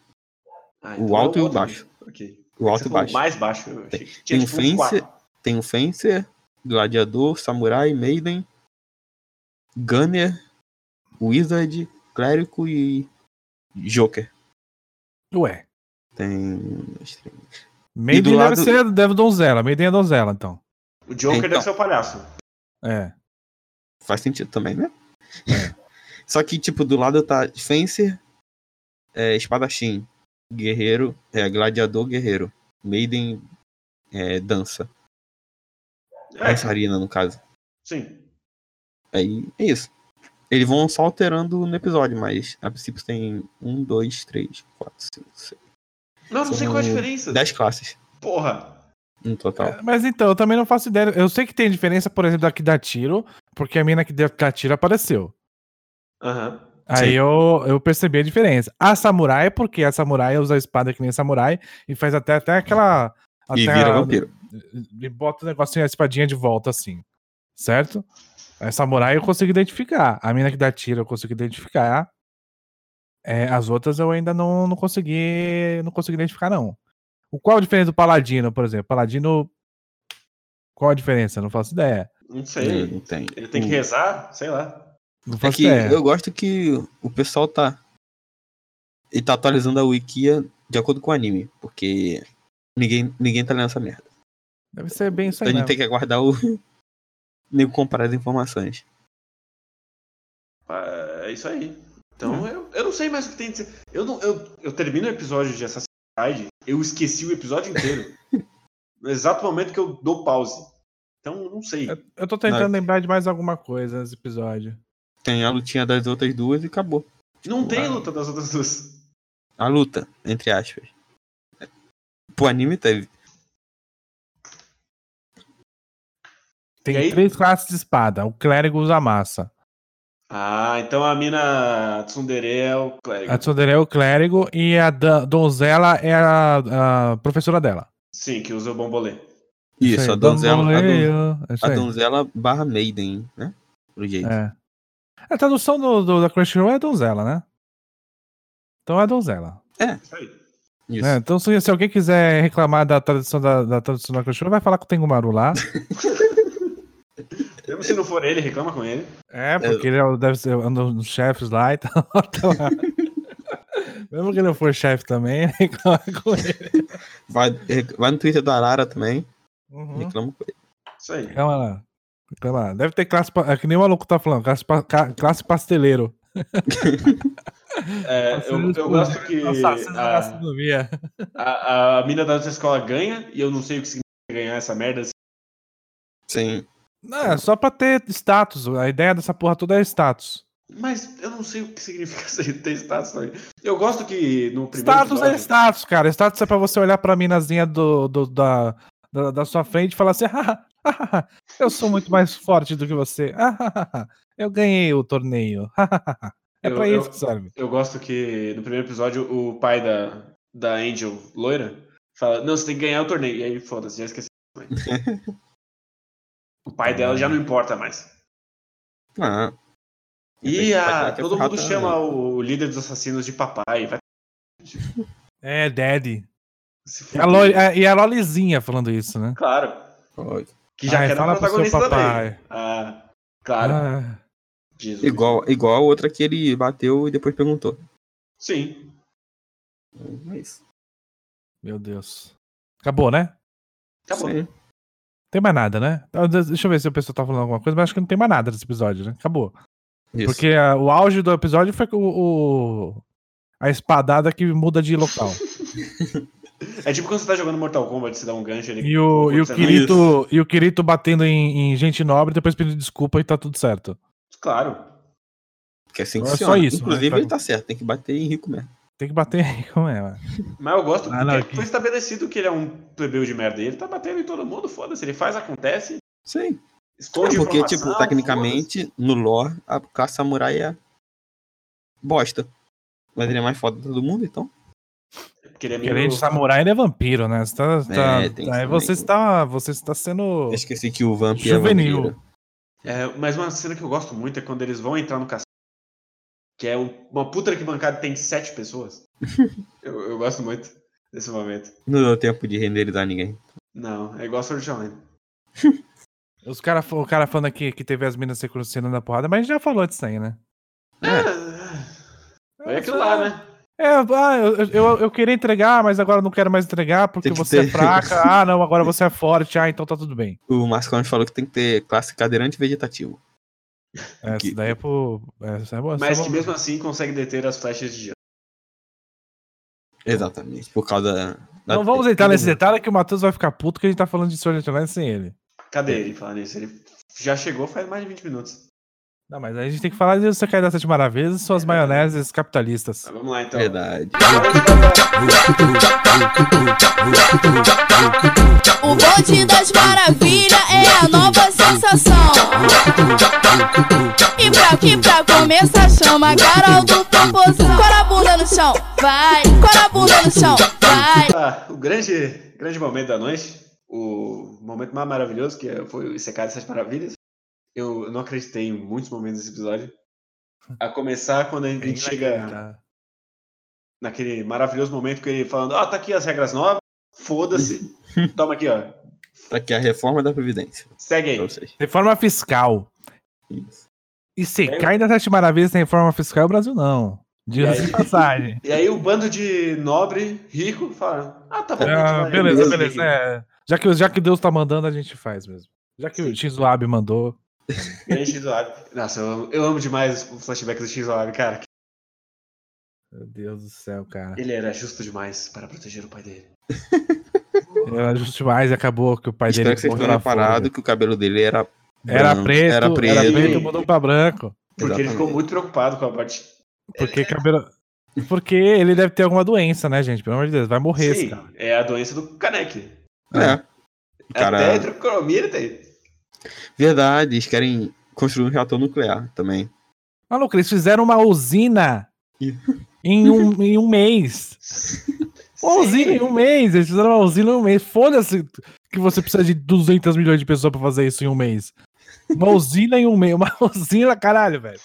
Speaker 2: Ah,
Speaker 3: O
Speaker 2: então
Speaker 3: alto
Speaker 2: é
Speaker 3: e o baixo.
Speaker 2: Ok.
Speaker 3: O
Speaker 2: Você
Speaker 3: alto e
Speaker 2: falou
Speaker 3: baixo.
Speaker 2: mais baixo. Eu achei que tinha
Speaker 3: Tem o
Speaker 2: tipo uns
Speaker 3: Fencer.
Speaker 2: quatro.
Speaker 3: Tem o Fencer, Gladiador, Samurai, Maiden, Gunner, Wizard, Clérigo e Joker.
Speaker 4: Ué.
Speaker 3: Tem. acho que tem-
Speaker 4: Meio
Speaker 3: do
Speaker 4: deve
Speaker 3: lado-
Speaker 4: ser deve donzela. Meio é donzela, então.
Speaker 2: O Joker
Speaker 3: Então.
Speaker 2: deve ser o palhaço.
Speaker 4: É.
Speaker 3: Faz sentido também, né?
Speaker 2: É.
Speaker 3: <laughs> Só que, tipo, do lado tá Fencer, é, Espadachim, Guerreiro, é, Gladiador, Guerreiro, Maiden, é, Dança,
Speaker 2: É,
Speaker 3: Dançarina, no caso.
Speaker 2: sim.
Speaker 3: Aí é isso. Eles vão só alterando no episódio, mas a princípio tem um, dois, três, quatro, cinco, seis.
Speaker 2: Não, não sei
Speaker 3: São
Speaker 2: qual é a diferença.
Speaker 3: Dez classes
Speaker 2: Porra.
Speaker 3: no total.
Speaker 4: É, Mas então, eu também não faço ideia. Eu sei que tem diferença, por exemplo, da que dá tiro, porque a mina que dá tiro apareceu.
Speaker 2: Aham.
Speaker 4: Aí
Speaker 3: Sim.
Speaker 4: eu, eu percebi a diferença. A samurai, porque a samurai usa a espada que nem samurai e faz até, até aquela.
Speaker 3: E
Speaker 4: até
Speaker 3: vira
Speaker 4: a-
Speaker 3: vampiro.
Speaker 4: E bota o negocinho, a espadinha de volta, assim. Certo? A samurai eu consigo identificar. A mina que dá tiro eu consigo identificar. É, as outras eu ainda não, não consegui. Não consegui identificar, não. O qual a diferença do paladino, por exemplo? Paladino. Qual a diferença? Eu Não faço ideia.
Speaker 2: Não
Speaker 3: Não,
Speaker 2: sei.
Speaker 3: não tem. Hum.
Speaker 2: Ele tem que rezar? Sei lá.
Speaker 4: Não
Speaker 3: É
Speaker 4: faço
Speaker 3: que
Speaker 4: ideia.
Speaker 3: eu gosto que o pessoal tá. Ele tá atualizando a Wikia de acordo com o anime, porque ninguém, ninguém tá lendo essa merda.
Speaker 4: Deve ser bem isso
Speaker 3: Então
Speaker 4: aí.
Speaker 3: a gente
Speaker 4: mesmo.
Speaker 3: tem que aguardar o. <laughs> Nego comparar as informações.
Speaker 2: Ah, É isso aí.
Speaker 3: Hum.
Speaker 2: Então eu, eu não sei mais o que tem de ser. Eu, não, eu, eu termino o episódio de Assassin's Creed, eu esqueci o episódio
Speaker 3: <laughs>
Speaker 2: inteiro. no exato momento que eu dou pause. Então eu não sei.
Speaker 3: É
Speaker 4: Eu- Eu tô tentando lembrar de mais alguma coisa nesse episódio.
Speaker 3: Tem a lutinha das outras duas e acabou.
Speaker 2: Não tem
Speaker 3: Ah.
Speaker 2: luta das outras duas.
Speaker 3: A luta, entre aspas. Pro anime teve.
Speaker 4: Tem
Speaker 2: E aí?
Speaker 4: três classes de espada. O clérigo usa massa.
Speaker 2: Ah, então a mina Tsundere é o clérigo.
Speaker 4: A Tsundere é o clérigo e a da- donzela é a, a professora dela.
Speaker 2: Sim, que usa o bombolê.
Speaker 3: Isso, a donzela. a don-
Speaker 4: é isso
Speaker 3: A
Speaker 4: aí.
Speaker 3: donzela barra Maiden, né? Pro jeito.
Speaker 4: É. A tradução do, do- da Crunchyroll é donzela, né? Então é donzela.
Speaker 2: Isso aí.
Speaker 3: Isso.
Speaker 4: né? Então se, se alguém quiser reclamar da tradução da, da tradução da Crunchyroll, vai falar com o
Speaker 3: <laughs>
Speaker 4: Tengumaru lá.
Speaker 2: Mesmo se não for ele, reclama com ele.
Speaker 4: É, porque ele é o- deve ser um dos chefes lá, então <laughs> tá
Speaker 3: <laughs>
Speaker 4: lá. Mesmo que ele não for chefe também, <laughs> reclama com ele.
Speaker 3: Vai, rec- vai no Twitter da Arara também.
Speaker 4: Uhum.
Speaker 3: Reclama com ele.
Speaker 2: Isso aí.
Speaker 4: Reclama lá. Reclama lá. Deve ter classe. pa- É que nem o maluco tá falando, classe, pa- ca- classe pasteleiro. <laughs>
Speaker 2: É, eu, eu gosto que
Speaker 4: Assassino da
Speaker 2: a,
Speaker 4: gastronomia.
Speaker 2: a, a mina da outra escola ganha e eu não sei o que significa ganhar essa merda. assim.
Speaker 3: Sim.
Speaker 4: Não, é só pra ter status. A ideia dessa porra toda é status.
Speaker 2: Mas eu não sei o que significa <laughs> isso ter status também. Eu gosto que no primeiro.
Speaker 4: Status é
Speaker 2: episódio-
Speaker 4: status, cara. Status é pra você olhar pra minazinha do, do- da, da, da sua frente e falar assim: "Ah, ah, ah, ah, eu sou muito mais forte do que você. <laughs> Ah, ah, ah, ah, eu ganhei o torneio. <laughs> Ah, ah, ah, ah." é
Speaker 2: Eu-
Speaker 4: pra
Speaker 2: eu-
Speaker 4: isso que serve.
Speaker 2: Eu gosto que no primeiro episódio o pai da, da Angel loira fala: Não, você tem que ganhar o torneio. E aí, foda-se, já esqueci. o pai dela já não importa mais.
Speaker 3: Ah.
Speaker 2: E a,
Speaker 3: Vai ter é que né?
Speaker 2: todo mundo
Speaker 3: ferrar
Speaker 2: chama
Speaker 3: também.
Speaker 2: o, líder dos assassinos de papai. Vai
Speaker 4: É, Daddy.
Speaker 2: se
Speaker 4: E É a,
Speaker 2: fuder.
Speaker 4: Lo- a- e a Lolizinha falando isso, né?
Speaker 2: Claro.
Speaker 3: Ó,
Speaker 2: Que já
Speaker 4: Ai,
Speaker 2: quer
Speaker 4: Ah, fala
Speaker 2: dar
Speaker 4: pro seu
Speaker 2: protagonista também.
Speaker 4: papai.
Speaker 2: Ah, claro.
Speaker 4: Ah.
Speaker 2: Jesus.
Speaker 3: Igual, igual a outra que ele bateu e depois perguntou.
Speaker 2: Sim.
Speaker 3: É isso.
Speaker 4: Meu Deus. Acabou, né?
Speaker 2: Acabou.
Speaker 3: Sim.
Speaker 4: Tem mais nada, né? Ah, de- Deixa eu ver se o pessoal tá falando alguma coisa, mas acho que não tem mais nada desse episódio, né? Acabou.
Speaker 3: Isso.
Speaker 4: Porque ah, o auge do episódio foi com o, o- a espadada que muda de <laughs> local.
Speaker 2: É tipo quando você tá jogando Mortal Kombat, você dá um gancho ali.
Speaker 4: E o, e o,
Speaker 2: Putz, é
Speaker 4: Kirito, e o Kirito batendo em, em gente nobre, depois pedindo desculpa e tá tudo certo.
Speaker 2: Claro.
Speaker 3: Que é assim que
Speaker 4: É só
Speaker 3: funciona.
Speaker 4: isso, né?
Speaker 3: Inclusive,
Speaker 4: Tá-
Speaker 3: ele tá certo, tem que bater em rico mesmo.
Speaker 4: Tem que bater aí, <laughs> como é, mano?
Speaker 2: Mas eu gosto
Speaker 4: Ah,
Speaker 2: porque
Speaker 4: não,
Speaker 2: foi
Speaker 4: aqui-
Speaker 2: estabelecido que ele é um plebeu de merda. E ele tá batendo em todo mundo, foda-se. Ele faz, acontece,
Speaker 3: Sim.
Speaker 2: esconde
Speaker 3: É, porque,
Speaker 2: informação,
Speaker 3: tipo, tecnicamente, no lore, a classe samurai é bosta. Mas ele é mais foda de todo mundo, então.
Speaker 2: foda-se. Porque ele é meio...
Speaker 4: Querendo samurai, ele é vampiro, né? Você tá, tá-
Speaker 3: É, tem isso
Speaker 4: aí
Speaker 3: também.
Speaker 4: você está, você está sendo.
Speaker 3: Eu esqueci que o Vamp é
Speaker 4: Juvenil.
Speaker 3: vampiro.
Speaker 2: É, mas uma cena que eu gosto muito é quando eles vão entrar no castelo. Que é um- uma puta que bancada tem sete pessoas. eu, eu gosto muito desse momento.
Speaker 3: Não deu tempo de renderizar ninguém.
Speaker 2: Não, é igual Sword Art Online.
Speaker 4: Os cara, o cara falando aqui que teve as minas se cruzando na porrada, mas a gente já falou disso aí, né?
Speaker 3: É,
Speaker 2: Ah, Foi aquilo lá, né?
Speaker 4: É, ah, eu, eu- eu, eu queria entregar, mas agora eu não quero mais entregar porque
Speaker 3: Tem que
Speaker 4: você é
Speaker 3: ter. <laughs>
Speaker 4: fraca. Ah, não, agora você é forte. Ah, então tá tudo bem.
Speaker 3: o Marcos falou que tem que ter classe cadeirante vegetativo.
Speaker 4: É,
Speaker 3: Que-
Speaker 4: Isso daí é pro. É, isso é bom, isso é
Speaker 2: Mas
Speaker 4: bom.
Speaker 2: que mesmo assim consegue deter as flechas de gelo.
Speaker 3: Exatamente. Por causa da. da-
Speaker 4: Não vamos entrar nesse detalhe que o Matheus vai ficar puto que a gente tá falando de Sword Art Online sem ele.
Speaker 2: Cadê
Speaker 4: É.
Speaker 2: ele falando isso? Ele já chegou faz mais de 20 minutos.
Speaker 4: Não, mas a gente tem que falar de você cair das sete maravilhas e
Speaker 2: É.
Speaker 4: suas maioneses capitalistas.
Speaker 2: Mas vamos lá, então.
Speaker 3: Verdade.
Speaker 5: O bonde das maravilhas é a nova sensação. E pra que pra começar chama a Carol do Popozão. Cora a bunda no chão, vai. Cora a bunda no chão, vai.
Speaker 2: Ah, o grande, grande momento da noite, o momento mais maravilhoso, que foi o Secado das Sete Maravilhas. Eu não acreditei em muitos momentos desse episódio. A começar quando a gente chega "Ah, tá
Speaker 4: <laughs>
Speaker 2: naquele maravilhoso momento que ele falando, ó, tá aqui as regras novas, foda-se. Toma aqui, ó.
Speaker 3: Tá aqui a reforma da Previdência.
Speaker 2: Segue
Speaker 3: Pra
Speaker 2: aí.
Speaker 3: vocês.
Speaker 4: Reforma fiscal.
Speaker 3: Isso.
Speaker 4: E se
Speaker 2: É.
Speaker 4: cai das sete maravilhas sem reforma fiscal, o Brasil não. Diga-se de
Speaker 2: aí?
Speaker 4: passagem.
Speaker 2: E aí o bando de nobre, rico, fala: Ah, tá bom.
Speaker 4: Ah,
Speaker 2: a gente vai-
Speaker 4: beleza,
Speaker 3: Deus
Speaker 4: beleza. é. Já, que, já que Deus tá mandando, a gente faz mesmo. Já que o X Lab mandou.
Speaker 2: Grande X Lab. Nossa, eu amo, eu amo demais o flashback do X Lab, cara.
Speaker 4: Meu Deus do céu, cara.
Speaker 3: É.
Speaker 2: Ele era justo demais para proteger o pai dele.
Speaker 4: Era justo demais e acabou que o pai
Speaker 3: Espero
Speaker 4: dele
Speaker 3: que vocês
Speaker 4: morreu
Speaker 3: tenham
Speaker 4: na né? fúria.
Speaker 3: reparado que o cabelo dele era.
Speaker 4: Era
Speaker 3: branco,
Speaker 4: preto,
Speaker 3: Era preto.
Speaker 4: era preto, mudou pra branco.
Speaker 2: Porque ele ficou
Speaker 3: Exatamente.
Speaker 2: muito preocupado com a morte.
Speaker 3: É.
Speaker 4: Porque cabelo. Porque ele deve ter alguma doença, né, gente? Pelo amor de Deus, vai morrer esse
Speaker 2: Sim,
Speaker 4: cara.
Speaker 2: é a doença do Kanek.
Speaker 3: É. O cara.
Speaker 2: Até a hidrocromia ele tem.
Speaker 3: Verdade, eles querem construir um reator nuclear também.
Speaker 4: Maluco, eles fizeram uma usina
Speaker 3: Ih.
Speaker 4: <laughs> em um, em um mês.
Speaker 2: <laughs>
Speaker 4: Uma usina em um mês. Eles fizeram uma usina em um mês. Foda-se que você precisa de 200 milhões de pessoas pra fazer isso em um mês. Uma usina em um mês. Uma <laughs> usina, caralho, velho.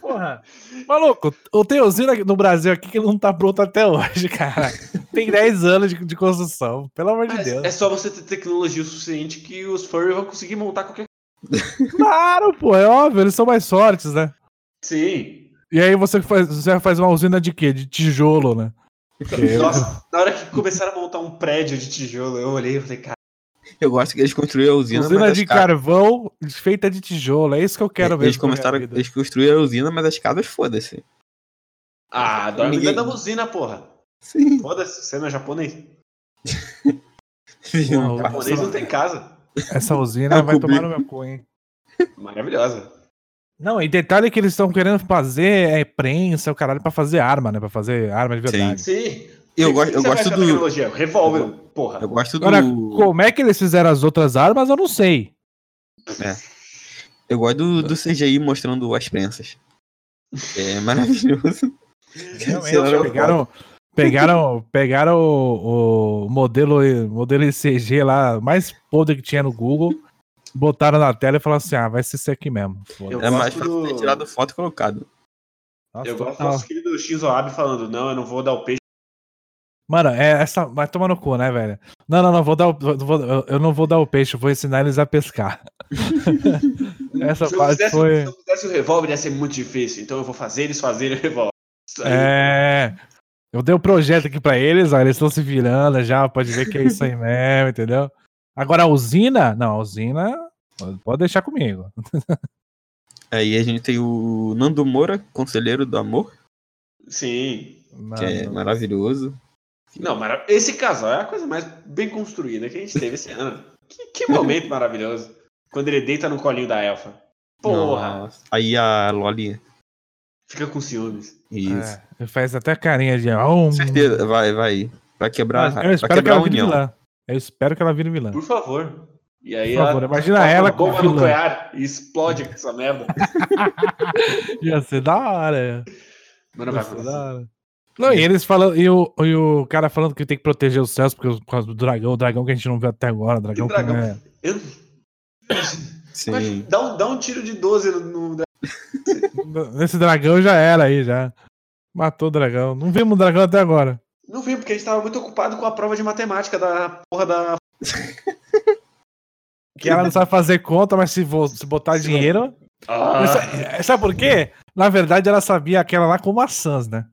Speaker 4: Porra. Maluco, eu tenho usina no Brasil aqui que não tá pronta até hoje, <laughs> cara. Tem 10 anos de, de construção. Pelo amor de
Speaker 2: Mas
Speaker 4: Deus.
Speaker 2: é só você ter tecnologia o suficiente que os furry vão conseguir montar qualquer
Speaker 4: Claro, pô. É óbvio. Eles são mais fortes, né?
Speaker 2: Sim.
Speaker 4: E aí você faz, você faz uma usina de quê? De tijolo, né?
Speaker 2: Então,
Speaker 4: Porque-
Speaker 2: Nossa, na hora que começaram a montar um prédio de tijolo, eu olhei e falei, cara,
Speaker 3: Eu gosto que eles construíram a usina.
Speaker 4: Usina
Speaker 3: mas
Speaker 4: de
Speaker 3: as ca-
Speaker 4: carvão feita de tijolo. É isso que eu quero mesmo.
Speaker 3: Eles
Speaker 4: pra minha
Speaker 3: começaram. <laughs>
Speaker 4: vida.
Speaker 3: Eles construíram a usina, mas as casas foda-se.
Speaker 2: ah, dorme
Speaker 3: Ninguém-
Speaker 2: dentro da usina, porra.
Speaker 3: Sim.
Speaker 2: Foda-se, você não é japonês.
Speaker 3: Eles não-
Speaker 4: Uau.
Speaker 2: Japonês não tem casa.
Speaker 4: Essa usina
Speaker 3: É o
Speaker 4: vai
Speaker 3: cubico.
Speaker 4: tomar no meu cu, hein?
Speaker 2: Maravilhosa.
Speaker 4: Não, e detalhe que eles estão querendo fazer é prensa, o caralho, pra fazer arma, né? Pra fazer arma de verdade.
Speaker 2: Sim.
Speaker 3: Eu
Speaker 2: O que
Speaker 3: gosto-
Speaker 2: que
Speaker 3: eu
Speaker 2: você vai
Speaker 3: gosto
Speaker 2: achar
Speaker 3: do-
Speaker 2: da Tecnologia? Revólver, porra.
Speaker 3: Eu gosto do.
Speaker 4: Agora, como é que eles fizeram as outras armas, eu não sei.
Speaker 3: Eu gosto do, do CGI mostrando as prensas. É maravilhoso.
Speaker 4: Realmente,
Speaker 3: Sei lá,
Speaker 4: pegaram, pegaram, pegaram o, o modelo, modelo ECG lá, mais podre que tinha no Google, botaram na tela e falaram assim: ah, vai ser esse aqui mesmo. foda-se.
Speaker 2: Eu
Speaker 3: É mais
Speaker 2: gosto
Speaker 3: fácil
Speaker 2: do-
Speaker 3: ter tirado foto e colocado.
Speaker 4: Nossa,
Speaker 2: Eu gosto do
Speaker 4: total.
Speaker 2: nosso querido Shinzo Abe falando, não, eu não vou dar o peixe.
Speaker 4: Mano, é essa. Vai tomar no cu, né, velho? Não, não, não, vou dar o, vou- vou- eu- eu não vou dar o peixe, eu vou ensinar eles
Speaker 2: <laughs>
Speaker 4: a pescar. essa
Speaker 2: se, eu
Speaker 4: parte
Speaker 2: fizesse,
Speaker 4: foi.
Speaker 2: se eu fizesse o revólver ia ser muito difícil, então eu vou fazer eles fazerem o revólver. Isso aí.
Speaker 4: É. Eu dei o projeto aqui pra eles, ó, eles estão se virando já, pode ver que é isso aí mesmo, entendeu? Agora a usina, não, a usina, pode deixar comigo.
Speaker 3: Aí a gente tem o Nando Moura, conselheiro do amor,
Speaker 2: Sim.
Speaker 4: Não,
Speaker 3: que é
Speaker 4: não.
Speaker 3: maravilhoso.
Speaker 2: Não, mara... esse casal é a coisa mais bem construída que a gente teve esse ano. Que, que
Speaker 4: <laughs>
Speaker 2: momento maravilhoso. Quando ele deita no colinho da elfa. Porra,
Speaker 3: Nossa. Aí a Loli.
Speaker 2: fica com ciúmes.
Speaker 3: Isso.
Speaker 4: É, ele faz até carinha de. Oh,
Speaker 3: Com certeza, vai, vai. Vai quebrar,
Speaker 4: mas Ah, eu
Speaker 3: vai
Speaker 4: espero que
Speaker 3: quebrar a
Speaker 4: ela vire
Speaker 3: união.
Speaker 4: vilã. Eu espero que ela vire vilã.
Speaker 2: Por favor. E aí
Speaker 4: Por favor,
Speaker 2: ela
Speaker 4: imagina
Speaker 2: toca
Speaker 4: ela
Speaker 2: uma
Speaker 4: com
Speaker 2: bomba
Speaker 4: vilã.
Speaker 2: nuclear e explode com essa merda.
Speaker 4: Ia ser da hora.
Speaker 2: Mas não vai
Speaker 4: Nossa, da
Speaker 2: acontecer.
Speaker 4: hora. Não, e eles falam, e o, e o cara falando que tem que proteger os céus porque, por causa do dragão, o dragão que a gente não viu até agora, o dragão,
Speaker 2: Que dragão?
Speaker 4: que não é.
Speaker 2: Eu-
Speaker 3: Sim.
Speaker 2: Dá, um, dá um tiro de 12 no, no-
Speaker 4: é. Esse dragão já era aí, já. Matou o dragão. Não vimos o dragão até agora.
Speaker 2: Não vi, porque a gente tava muito ocupado com a prova de matemática da porra da.
Speaker 4: Que ela não sabe fazer conta, mas se, vo- se botar
Speaker 2: Se
Speaker 4: dinheiro.
Speaker 2: Ah,
Speaker 4: Mas sa- eh, Sabe por quê? Na verdade, ela sabia aquela lá com maçãs, né?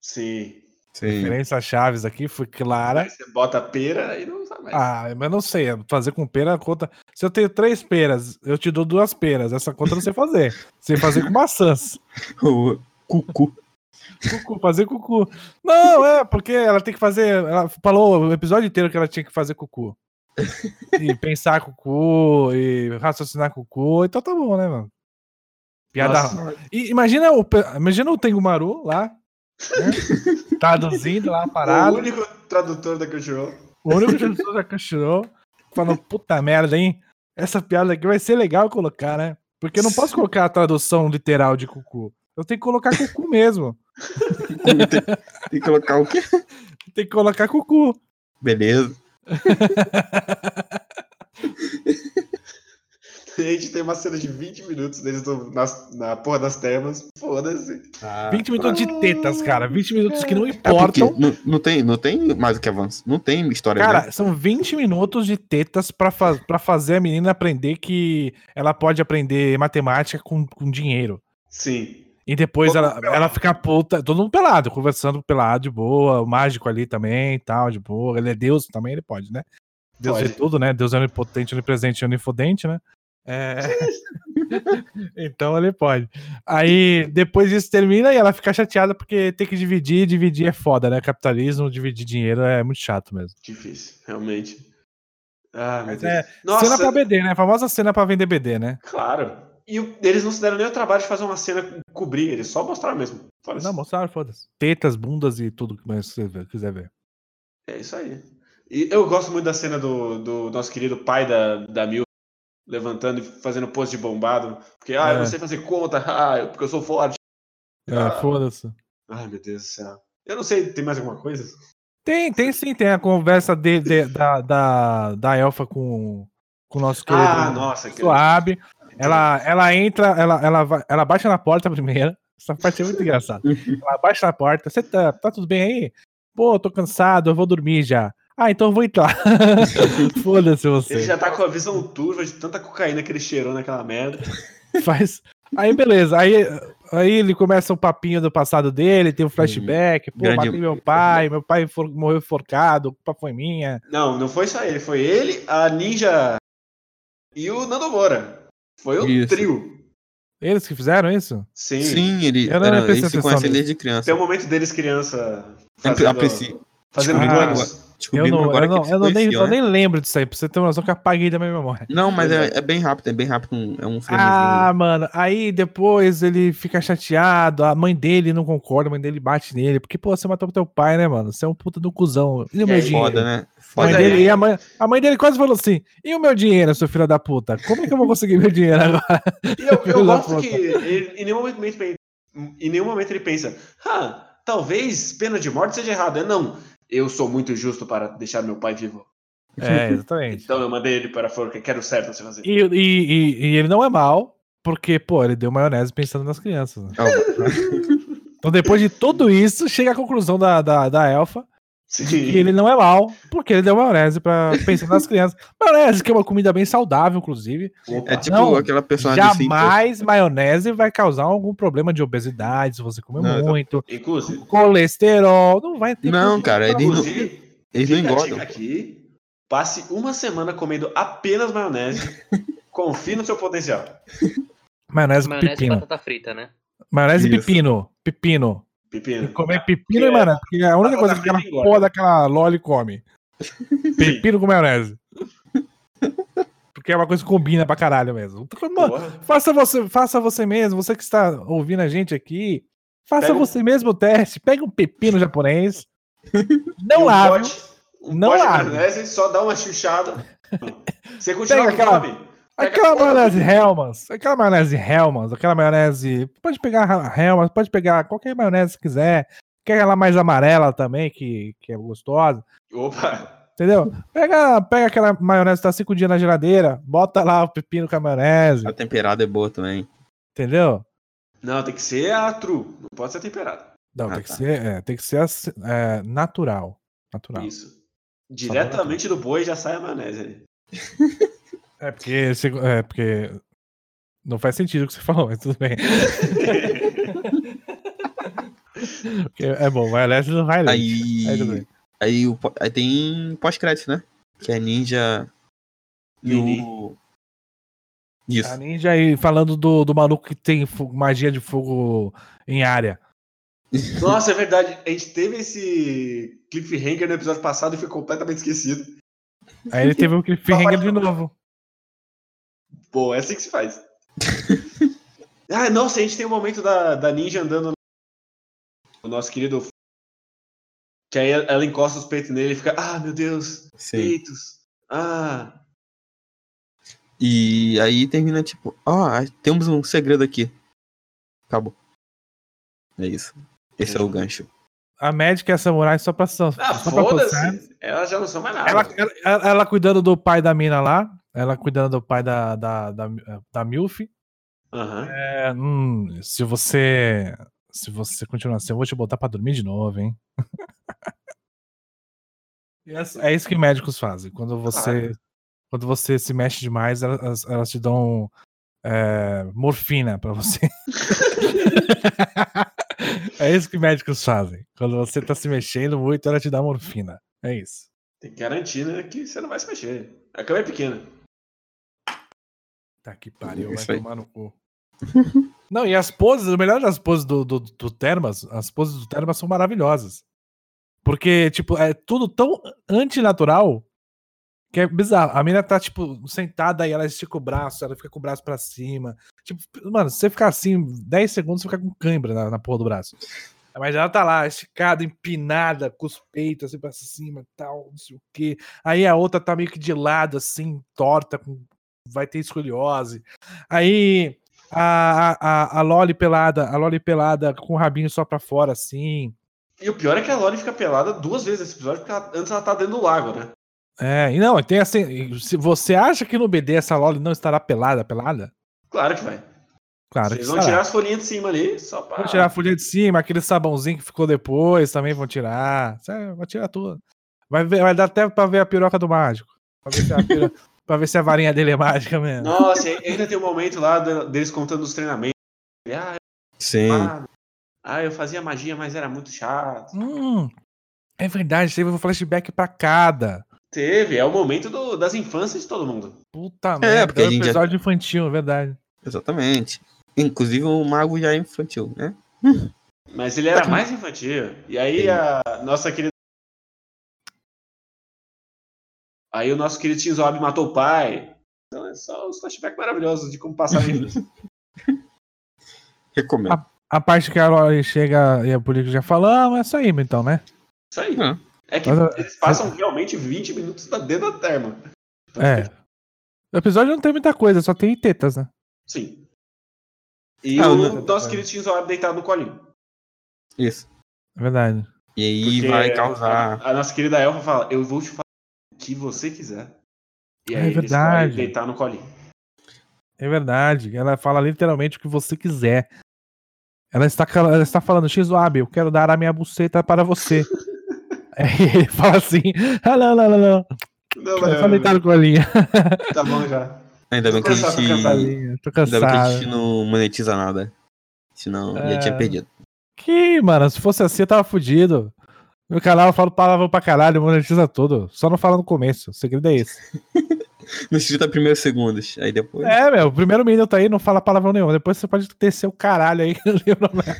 Speaker 2: Sim.
Speaker 3: Sim.
Speaker 4: Diferença Chaves aqui foi clara.
Speaker 2: Aí você bota a pera e não sabe mais.
Speaker 4: É? Ah, mas não sei. Fazer com pera conta. Se eu tenho três peras, eu te dou duas peras. Essa conta eu não sei fazer. Sei fazer com maçãs.
Speaker 3: O Cucu.
Speaker 4: Cucu, fazer cucu. Não, é, porque ela tem que fazer. Ela falou o episódio inteiro que ela tinha que fazer cucu. E pensar cucu, e raciocinar cucu, então tá bom, né, mano? Piada.
Speaker 2: Nossa.
Speaker 4: E imagina o, pe- imagina o Tengumaru lá, né? traduzindo lá a
Speaker 2: O <laughs>
Speaker 4: parada.
Speaker 2: único tradutor da Crunchyroll. <laughs>
Speaker 4: O único tradutor da Crunchyroll falando, é puta merda, hein? Essa piada aqui vai ser legal colocar, né? Porque eu não posso colocar a tradução literal de cucu. Eu tenho que colocar cucu mesmo.
Speaker 3: Tem que colocar o quê?
Speaker 4: Tem que colocar cucu.
Speaker 3: Beleza.
Speaker 2: A gente tem uma cena de 20 minutos deles no- nas- na porra das termas. Pô, Foda-se.
Speaker 3: Ah,
Speaker 4: 20 minutos de tetas, cara. 20 minutos que não
Speaker 3: é porque
Speaker 4: importam.
Speaker 3: não, não tem, não tem mais o que avança. Não tem história. né?
Speaker 4: Cara, são 20 minutos de tetas pra, fa pra fazer a menina aprender que ela pode aprender matemática com, com dinheiro.
Speaker 2: Sim.
Speaker 4: E depois
Speaker 2: Todo
Speaker 4: ela, ela fica puta, todo mundo pelado, conversando pelado, de boa, o mágico ali também e tal, de boa. Ele é Deus também, ele pode, né? Deus
Speaker 2: Pode.
Speaker 4: é tudo, né? Deus é onipotente, onipresente, onifodente, né? É. <laughs> então ele pode. Aí depois isso termina e ela fica chateada porque tem que dividir, dividir é foda, né? Capitalismo, dividir dinheiro é muito chato mesmo.
Speaker 2: Difícil, realmente. Ah, meu
Speaker 4: Mas
Speaker 2: Deus.
Speaker 4: é,
Speaker 2: Nossa,
Speaker 4: Cena pra BD, né? A famosa cena pra vender BD, né?
Speaker 2: claro. E o- eles não se deram nem o trabalho de fazer uma cena cobrir, eles só mostraram mesmo. Foda-se.
Speaker 4: Não, mostraram, foda-se. Tetas, bundas e tudo que mais você vê- quiser ver.
Speaker 2: É isso aí. E eu gosto muito da cena do, do nosso querido pai da, da Mil levantando e fazendo pose de bombado. Porque, ah, eu não
Speaker 4: É.
Speaker 2: sei fazer conta, <laughs> ah, eu- porque eu sou forte.
Speaker 4: É,
Speaker 2: Ah.
Speaker 4: foda-se.
Speaker 2: Ai, meu Deus do céu. Eu não sei, tem mais alguma coisa?
Speaker 4: Tem, tem sim, tem a conversa de, de- da, da, da Elfa com, com o nosso querido
Speaker 2: ah, nossa, que
Speaker 4: Suave. Ela, ela entra, ela, ela, vai- ela baixa na porta primeiro. Essa
Speaker 2: <laughs>
Speaker 4: parte é muito engraçada. Ela baixa na porta. Você tá, tá tudo bem aí? Pô, tô cansado, eu vou dormir já. Ah, então eu
Speaker 2: <laughs>
Speaker 4: vou entrar. Foda-se você.
Speaker 2: Ele já tá com a visão turva de tanta cocaína que ele cheirou naquela merda.
Speaker 4: Faz. Aí, beleza. Aí, aí ele começa o papinho do passado dele, tem um flashback. Pô,
Speaker 3: Grande-
Speaker 4: matei meu pai, meu pai for- morreu forcado, a culpa foi minha.
Speaker 2: Não, não foi só ele, foi ele, a Ninja e o Nando Moura. Foi o
Speaker 3: Isso.
Speaker 2: trio.
Speaker 4: Eles que fizeram isso?
Speaker 2: Sim.
Speaker 3: Sim, ele,
Speaker 4: Eu não
Speaker 3: era,
Speaker 4: prestei
Speaker 3: eles se
Speaker 4: atenção
Speaker 3: conhecem
Speaker 4: nisso.
Speaker 3: desde criança. É,
Speaker 2: Tem um o momento deles criança
Speaker 3: Sempre
Speaker 2: fazendo,
Speaker 3: a princípio.
Speaker 2: fazendo
Speaker 4: Ah,
Speaker 2: planos.
Speaker 4: Eu
Speaker 3: Descobrimos
Speaker 4: não,
Speaker 3: agora
Speaker 4: eu não,
Speaker 3: que
Speaker 4: eu não
Speaker 3: eles
Speaker 4: nem,
Speaker 3: conheciam,
Speaker 4: eu
Speaker 3: né?
Speaker 4: nem lembro disso aí, pra você ter uma noção que eu apaguei da minha memória.
Speaker 3: Não, mas é, é bem rápido, é bem rápido, um- é um framezinho.
Speaker 4: Ah, mano, aí depois ele fica chateado, a mãe dele não concorda, a mãe dele bate nele, porque, pô, você matou teu pai, né, mano? Você é um puta do cuzão. E o
Speaker 2: E
Speaker 4: meu
Speaker 2: aí,
Speaker 4: dinheiro?
Speaker 3: foda, né?
Speaker 4: A mãe
Speaker 3: Foda
Speaker 2: aí.
Speaker 4: dele, e a, mãe, a mãe dele quase falou assim: e o meu dinheiro, seu filho da puta? Como é que eu vou conseguir meu dinheiro agora?
Speaker 2: E eu, eu
Speaker 4: Filho da
Speaker 2: gosto
Speaker 4: puta.
Speaker 2: que ele, em, nenhum momento, ele- em nenhum momento ele pensa, ah, talvez pena de morte seja errado. É não. Eu sou muito justo para deixar meu pai vivo.
Speaker 4: É, exatamente.
Speaker 2: Então eu mandei ele para a forca, quero o certo a se fazer.
Speaker 4: <laughs> E, e, e- e ele não é mal, porque, pô, ele deu maionese pensando nas crianças. né?
Speaker 3: Ó,
Speaker 4: Então, depois de tudo isso, chega à conclusão da, da, da elfa
Speaker 2: Sim.
Speaker 4: que ele não é mal, porque ele deu maionese pra pensando nas crianças. Maionese, que é uma comida bem saudável, inclusive.
Speaker 2: Opa.
Speaker 3: É tipo
Speaker 4: Não,
Speaker 3: aquela personagem assim,
Speaker 4: Jamais maionese vai causar algum problema de obesidade se você comer
Speaker 3: Não, exato.
Speaker 4: muito.
Speaker 2: Inclusive,
Speaker 4: Colesterol, não vai ter.
Speaker 3: Não,
Speaker 4: problema,
Speaker 3: cara,
Speaker 4: pelo
Speaker 3: ele
Speaker 4: amor
Speaker 3: não-
Speaker 4: de Deus.
Speaker 2: inclusive
Speaker 3: eles não
Speaker 2: Fica a
Speaker 3: engordam.
Speaker 2: dica aqui. Passe uma semana comendo apenas
Speaker 4: <laughs>
Speaker 2: maionese. Confie no seu potencial.
Speaker 4: Maionese, com
Speaker 6: Maionese e
Speaker 4: pepino.
Speaker 6: batata frita, né?
Speaker 4: Maionese e
Speaker 3: Isso.
Speaker 4: pepino. Pepino. Tem
Speaker 2: Pepino.
Speaker 4: que comer pepino
Speaker 2: Porque
Speaker 4: e maionese. Porque é a única
Speaker 2: batata
Speaker 4: coisa que
Speaker 2: frita
Speaker 4: aquela
Speaker 2: engorda.
Speaker 4: porra daquela Loli come. Pepino
Speaker 3: <laughs>
Speaker 4: com maionese. Porque é uma coisa que combina pra caralho mesmo. Mano,
Speaker 2: Porra.
Speaker 4: faça você, faça você mesmo, você que está ouvindo a gente aqui. Faça
Speaker 2: Pega um-
Speaker 4: você mesmo o teste. Pega um pepino
Speaker 2: <laughs>
Speaker 4: japonês.
Speaker 2: E
Speaker 4: Não
Speaker 2: um
Speaker 4: abre.
Speaker 2: pote- Um
Speaker 4: Não
Speaker 2: pote de
Speaker 4: abre.
Speaker 2: maionese, só dá uma
Speaker 4: <laughs>
Speaker 2: chuchada. Você continua
Speaker 4: Pega
Speaker 2: com
Speaker 4: aquela-
Speaker 2: fome.
Speaker 4: Aquela
Speaker 2: Pega-
Speaker 4: maionese Hellmans, aquela maionese Hellmans, aquela maionese. Pode pegar a Hellmans, pode pegar qualquer maionese que quiser. Quer aquela mais amarela também, que, que é gostosa.
Speaker 2: Opa.
Speaker 4: Entendeu? Pega, pega aquela maionese que tá cinco dias na geladeira, bota lá o pepino com a maionese,
Speaker 3: A temperada é boa também.
Speaker 4: entendeu?
Speaker 2: Não, tem que ser a true. Não pode ser temperada.
Speaker 4: Não,
Speaker 3: Ah,
Speaker 4: tem, que
Speaker 3: tá.
Speaker 4: ser, é, tem que ser assim, é, natural. Natural.
Speaker 2: Isso. Diretamente do boi já sai a maionese ali.
Speaker 4: É porque, se- é porque. Não faz sentido o que você falou, mas tudo bem. Porque é bom, maionese não vai leite.
Speaker 3: Aí.
Speaker 4: Aí tudo bem.
Speaker 3: Aí, o, pó- aí tem pós-crédito, né? Que é Ninja e o. Isso.
Speaker 4: A ninja Ah, aí falando do, do maluco que tem fo- magia de fogo em área.
Speaker 2: Nossa, é verdade. A gente teve esse cliffhanger no episódio passado e foi completamente esquecido.
Speaker 4: Aí ele teve um <laughs> cliffhanger de novo.
Speaker 2: Pô, é assim que se
Speaker 4: <laughs>
Speaker 2: faz. ah, nossa, a gente tem o momento da, da ninja andando no... O nosso querido... Que aí ela encosta os peitos nele e fica... Ah, meu Deus.
Speaker 3: Sim.
Speaker 2: Peitos. Ah...
Speaker 3: E aí termina tipo, ó, temos um segredo aqui. Acabou. É isso. Esse é o gancho.
Speaker 4: A médica e a samurai só pra só,
Speaker 2: Ah,
Speaker 4: só pra postar.
Speaker 2: foda-se. Elas já não são mais nada.
Speaker 4: Ela, ela, ela cuidando do pai da mina lá. Ela cuidando do pai da, da, da, da Milf.
Speaker 2: Aham.
Speaker 4: É, hum, se você. Se você continuar assim, eu vou te botar pra dormir de novo, hein? <laughs> E é, é isso que médicos fazem. Quando você, quando você se mexe demais, elas, elas te dão é, morfina pra você. <laughs> é isso que médicos fazem. Quando você tá se mexendo muito, ela te dá morfina. É isso.
Speaker 2: Tem que garantir, né? Que você não vai se mexer. A cama é pequena.
Speaker 4: Tá que pariu,
Speaker 3: Isso
Speaker 4: vai
Speaker 3: aí.
Speaker 4: tomar no cu. Não, e as poses, o melhor das poses do, do, do Termas, as poses do Termas são maravilhosas. Porque, tipo, é tudo tão antinatural que é bizarro. A mina tá, tipo, sentada e ela estica o braço, ela fica com o braço pra cima. Tipo, mano, se você ficar assim 10 segundos, você fica com cãibra na, na porra do braço. Mas ela tá lá, esticada, empinada, com os peitos assim pra cima, tal, não sei o quê. Aí a outra tá meio que de lado, assim, torta, com vai ter escoliose. Aí a, a, a- a Loli pelada, a Loli pelada com o rabinho só pra fora, assim.
Speaker 2: E o pior é que a Lori fica pelada duas vezes nesse episódio, porque ela- antes ela tá dentro do lago, né?
Speaker 4: É, e não, tem assim. e Se você acha que no BD essa Loli não estará pelada, pelada?
Speaker 2: Claro que vai.
Speaker 4: Claro que
Speaker 2: Vocês vão
Speaker 4: estará.
Speaker 2: tirar as folhinhas de cima ali, só pra.
Speaker 4: Vão tirar a folha de cima, aquele sabãozinho que ficou depois também vão tirar. Sério, Vão tirar tudo. Vai, ver- vai dar até pra ver a piroca do mágico. Pra ver se a,
Speaker 2: <laughs>
Speaker 4: piro- pra ver se a varinha dele é mágica mesmo.
Speaker 2: Nossa, e ainda tem um momento lá da- deles contando os treinamentos. Ele, Ah,
Speaker 3: Sim.
Speaker 2: eu, amava. ah, eu fazia magia, mas era muito chato.
Speaker 4: Hum, é verdade, teve um flashback pra cada.
Speaker 2: Teve, é o momento do- das infâncias de todo mundo.
Speaker 4: Puta merda,
Speaker 3: porque
Speaker 4: é
Speaker 3: a
Speaker 4: um
Speaker 3: gente já-
Speaker 4: episódio infantil, é verdade.
Speaker 3: Exatamente. Inclusive o mago já é infantil, né?
Speaker 2: Mas ele era mais infantil. E aí
Speaker 3: Sim.
Speaker 2: a nossa querida. Aí o nosso querido Shinzo Abe matou o pai. Então é só os flashbacks maravilhosos de como passar a
Speaker 4: <laughs>
Speaker 2: infância.
Speaker 3: Recomendo.
Speaker 4: A parte que a Lori chega e a política já fala, ah, é isso aí, então, né?
Speaker 2: Isso aí.
Speaker 3: Ah.
Speaker 2: É que
Speaker 4: Mas,
Speaker 2: eles passam realmente 20 minutos da- dentro da terma. Então,
Speaker 4: É. O episódio não tem muita coisa, só tem tetas, né?
Speaker 2: Sim. E
Speaker 3: Ah,
Speaker 2: o
Speaker 3: o-
Speaker 2: nosso querido Shinzo Abe deitado no colinho.
Speaker 3: Isso.
Speaker 4: É verdade.
Speaker 3: E aí
Speaker 2: Porque
Speaker 3: vai causar.
Speaker 2: A, a nossa querida Elfa fala: Eu vou te falar o que você quiser. E
Speaker 4: É
Speaker 2: aí ele
Speaker 4: verdade.
Speaker 2: escolhe deitar no colinho.
Speaker 4: É verdade. Ela fala literalmente o que você quiser. Ela está, cala- ela está falando, Shizuabe, eu quero dar a minha buceta para
Speaker 3: <laughs>
Speaker 4: você. Aí ele fala assim, ah, não, não, não, não.
Speaker 2: Não,
Speaker 3: É.
Speaker 4: Eu só deitar no colinho.
Speaker 2: tá bom já.
Speaker 3: Ainda bem que a
Speaker 2: Tô cansado, tô
Speaker 3: gente.
Speaker 2: cansado.
Speaker 3: Ainda
Speaker 4: Colinho, Tô
Speaker 3: bem que a gente
Speaker 4: cansado.
Speaker 3: não monetiza nada. Senão já tinha
Speaker 4: É.
Speaker 3: perdido.
Speaker 4: Que, mano, se fosse assim eu tava fudido. Meu canal eu falo palavrão pra caralho, monetiza tudo. Só não fala no começo. O segredo é esse.
Speaker 3: Nos 30 primeiros segundos. Aí depois.
Speaker 4: É, meu, o primeiro minuto tá aí, não fala palavrão nenhum. Depois você pode descer o caralho aí. <laughs> não tem problema.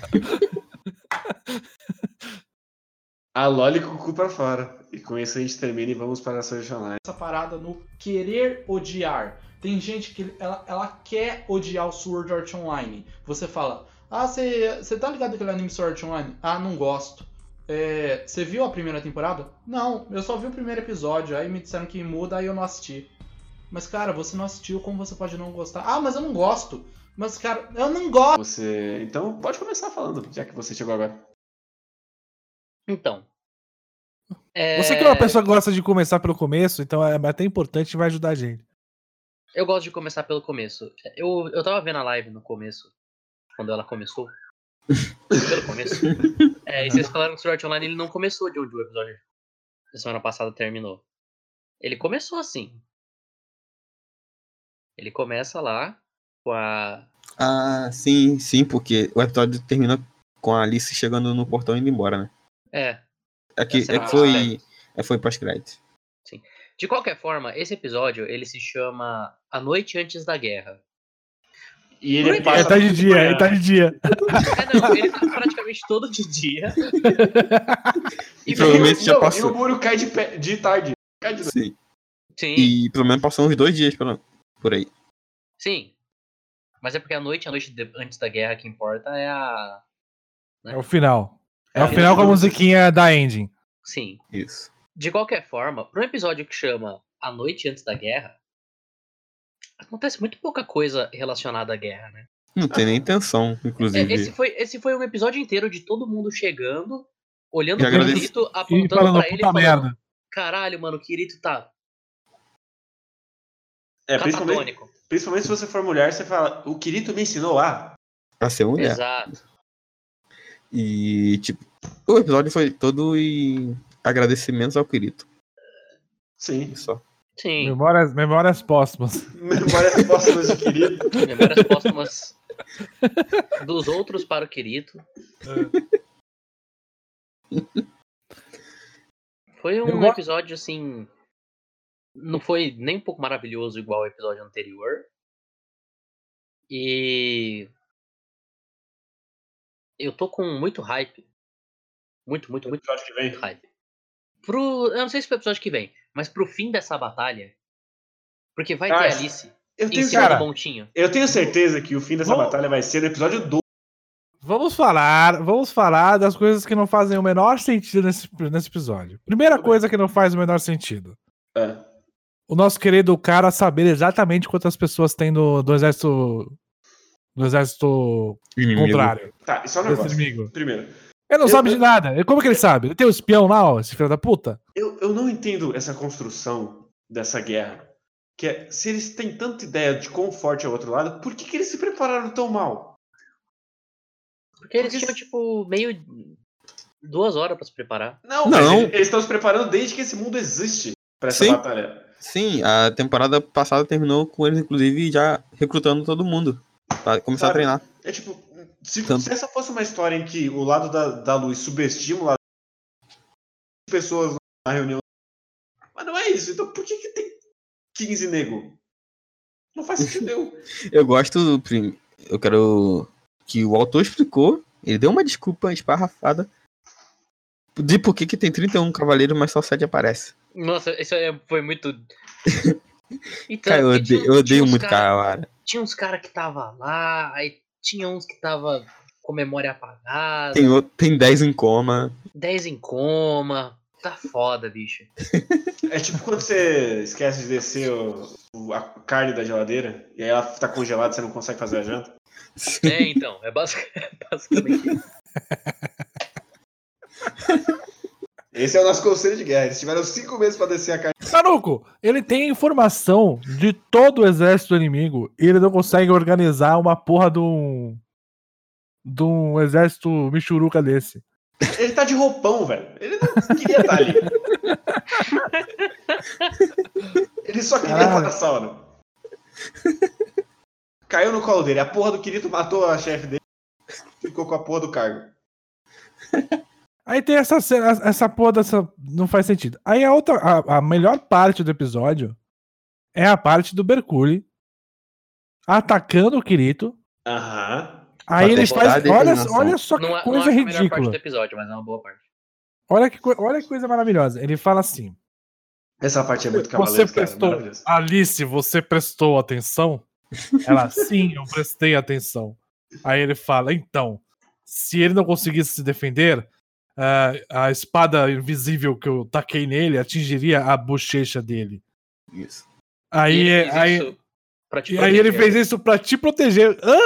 Speaker 2: A Loli com o cu pra fora. E com isso a gente termina e vamos para a Sunshine.
Speaker 6: essa parada no querer odiar. Tem gente que ela, ela quer odiar o Sword Art Online. Você fala, ah, você tá ligado aquele anime Sword Art Online? Ah, não gosto. É, Você viu a primeira temporada? Não, eu só vi o primeiro episódio. Aí me disseram que muda, aí eu não assisti. Mas, cara, você não assistiu, como você pode não gostar? Ah, mas eu não gosto. Mas, cara, eu
Speaker 2: <laughs>
Speaker 6: não gosto.
Speaker 2: Você. Então pode começar falando, já que você chegou agora.
Speaker 7: Então. É,
Speaker 4: Você que é uma pessoa que gosta de começar pelo começo, então é até importante e vai ajudar a gente.
Speaker 7: Eu gosto de começar pelo começo. Eu, eu tava vendo a live no começo, quando ela começou. pelo
Speaker 4: <laughs>
Speaker 7: começo. É, e vocês falaram que o Sword Art Online ele não começou de onde o episódio da semana passada terminou. Ele começou assim. Ele começa lá com a.
Speaker 3: Ah, sim, sim, porque o episódio termina com a Alice chegando no portão e indo embora, né?
Speaker 7: É,
Speaker 3: É que,
Speaker 7: Essa é
Speaker 3: é
Speaker 7: a
Speaker 3: que foi.
Speaker 7: pós-crédito.
Speaker 3: É, foi pós-crédito.
Speaker 7: De qualquer forma, esse episódio ele se chama A Noite Antes da Guerra.
Speaker 2: E ele
Speaker 7: Por
Speaker 2: passa.
Speaker 4: É, tá
Speaker 2: <laughs>
Speaker 4: de dia, é, tá de dia.
Speaker 7: É, não, ele tá praticamente todo de dia.
Speaker 3: E provavelmente já
Speaker 2: Não,
Speaker 3: passou.
Speaker 2: E o muro cai de, pé- de tarde. Cai de
Speaker 3: Sim.
Speaker 7: Sim,
Speaker 3: E pelo menos passou uns dois dias pelo... por aí.
Speaker 7: sim. Mas é porque a noite, a noite de- antes da guerra que importa é a.
Speaker 4: É o final. É
Speaker 2: É,
Speaker 4: o final com a musiquinha da Ending.
Speaker 7: Sim.
Speaker 3: Isso.
Speaker 7: De qualquer forma, para um episódio que chama A Noite Antes da Guerra, acontece muito pouca coisa relacionada à guerra, né?
Speaker 3: Não tem nem intenção,
Speaker 7: É,
Speaker 3: inclusive.
Speaker 7: esse, foi, esse foi um episódio inteiro de todo mundo chegando, olhando
Speaker 3: E
Speaker 7: pro
Speaker 3: agradece-
Speaker 7: Kirito,
Speaker 4: E
Speaker 7: apontando
Speaker 4: falando,
Speaker 7: pra ele e
Speaker 4: puta
Speaker 7: falando,
Speaker 4: merda.
Speaker 7: caralho, mano, o Kirito tá
Speaker 2: É, principalmente,
Speaker 7: catatônico.
Speaker 2: Principalmente se você for mulher, você fala, o Kirito me ensinou a.
Speaker 3: Pra ser mulher.
Speaker 7: Exato.
Speaker 3: E, tipo, o episódio foi todo em agradecimentos ao Kirito.
Speaker 2: Sim. <laughs>
Speaker 3: Só.
Speaker 7: Sim.
Speaker 4: Memórias, memórias póstumas.
Speaker 2: Memórias póstumas de Kirito.
Speaker 7: Memórias póstumas dos outros para o Kirito. Foi
Speaker 4: Eu
Speaker 7: um
Speaker 4: go-
Speaker 7: episódio assim. Não foi nem um pouco maravilhoso igual o episódio anterior. E. Eu tô com muito hype. Muito, muito, muito
Speaker 2: Episódio que vem.
Speaker 7: hype. Pro, eu não sei se pro episódio que vem, mas pro fim dessa batalha. Porque vai ter
Speaker 2: Ah,
Speaker 7: a Alice
Speaker 2: Eu
Speaker 7: em
Speaker 2: tenho,
Speaker 7: cima
Speaker 2: cara,
Speaker 7: do montinho.
Speaker 2: eu tenho certeza que o fim dessa
Speaker 4: é Vamos-
Speaker 2: batalha vai ser no episódio 2.
Speaker 4: Vamos falar, vamos falar das coisas que não fazem o menor sentido nesse, nesse episódio. Primeira coisa que não faz o menor sentido.
Speaker 2: É.
Speaker 4: O nosso querido cara saber exatamente quantas pessoas tem do, do exército. Do exército
Speaker 3: Inimigo.
Speaker 4: contrário.
Speaker 2: Tá, isso é um
Speaker 4: Desse
Speaker 2: negócio.
Speaker 4: inimigo.
Speaker 2: Primeiro,
Speaker 4: Ele não
Speaker 2: Eu-
Speaker 4: sabe de nada. Ele- Como que ele sabe? Ele tem um espião lá, ó, esse filho da puta.
Speaker 2: eu, eu não entendo essa construção dessa guerra. Que é, se eles têm tanta ideia de quão forte é o outro lado, por que, que eles se prepararam tão mal?
Speaker 7: Porque eles
Speaker 2: Porque
Speaker 7: tinham,
Speaker 2: se-
Speaker 7: tipo, meio. duas horas pra se preparar.
Speaker 2: Não, mas
Speaker 3: Não.
Speaker 2: ele- eles estão se preparando desde que esse mundo existe pra essa
Speaker 3: Sim.
Speaker 2: batalha.
Speaker 3: Sim, a temporada passada terminou com eles, inclusive, já recrutando todo mundo. Pra começar
Speaker 2: Sabe?
Speaker 3: a treinar.
Speaker 2: É tipo, se,
Speaker 3: Tanto-
Speaker 2: se essa fosse uma história em que o lado da, da luz subestima o lado das pessoas na reunião. Mas não é isso. Então por que, que tem 15 nego? Não faz sentido nenhum.
Speaker 3: Eu gosto. prim- Eu quero. Que o autor explicou. Ele deu uma desculpa esparrafada. De por que, que tem 31 cavaleiros, mas só 7 aparece.
Speaker 7: Nossa, isso é-
Speaker 4: <laughs>
Speaker 7: foi muito. Então,
Speaker 3: Cara, eu
Speaker 7: porque
Speaker 3: odeio,
Speaker 7: tinha-
Speaker 3: eu
Speaker 7: tinha
Speaker 3: odeio
Speaker 7: uns
Speaker 3: muito
Speaker 7: cara-
Speaker 3: cara.
Speaker 7: Tinha uns caras que tava lá, aí tinha uns que tava com memória apagada,
Speaker 3: Tem, outro- tem 10 em coma.
Speaker 7: 10 em coma. Tá foda, bicho.
Speaker 2: É tipo quando você esquece de descer o- o- a carne da geladeira e aí ela tá congelada e você não consegue fazer a janta.
Speaker 7: É, então, é basic- <laughs> é basicamente. isso.
Speaker 2: Esse é o nosso conselho de guerra. Eles tiveram cinco meses pra descer a carne.
Speaker 4: Maruco, ele tem informação de todo o exército inimigo e ele não consegue organizar uma porra de um. de um exército michuruca desse.
Speaker 2: Ele tá de roupão, velho. Ele não queria estar ali. Ele só queria estar
Speaker 4: Caralho.
Speaker 2: na sauna. Caiu no colo dele. A porra do Quirito matou a chefe dele. Ficou com a porra do cargo.
Speaker 4: Aí tem essa cena, essa porra dessa. Não faz sentido. Aí a outra. A, a melhor parte do episódio é a parte do Bercule atacando o Kirito.
Speaker 2: Aham.
Speaker 4: Aí
Speaker 3: Pra
Speaker 4: eles
Speaker 3: testar a
Speaker 4: fazem. Olha,
Speaker 3: determinação.
Speaker 4: olha só que
Speaker 7: Não, é- não
Speaker 4: coisa
Speaker 7: acho a melhor parte
Speaker 4: ridícula.
Speaker 7: do episódio, mas é uma boa parte.
Speaker 4: Olha que, coi- olha que coisa maravilhosa. Ele fala assim:
Speaker 2: Essa parte é muito
Speaker 4: Você
Speaker 2: cavaleiro, cara.
Speaker 4: prestou.
Speaker 2: Maravilhoso.
Speaker 4: Alice, você prestou atenção? Ela, sim, eu prestei atenção. Aí ele fala: então, se ele não conseguisse se defender, ah, a espada invisível que eu taquei nele atingiria a bochecha dele.
Speaker 3: Isso.
Speaker 4: Aí, é,
Speaker 7: E ele fez
Speaker 4: aí,
Speaker 7: isso pra te
Speaker 4: e aí ele
Speaker 7: proteger.
Speaker 4: fez isso pra te proteger. Hã?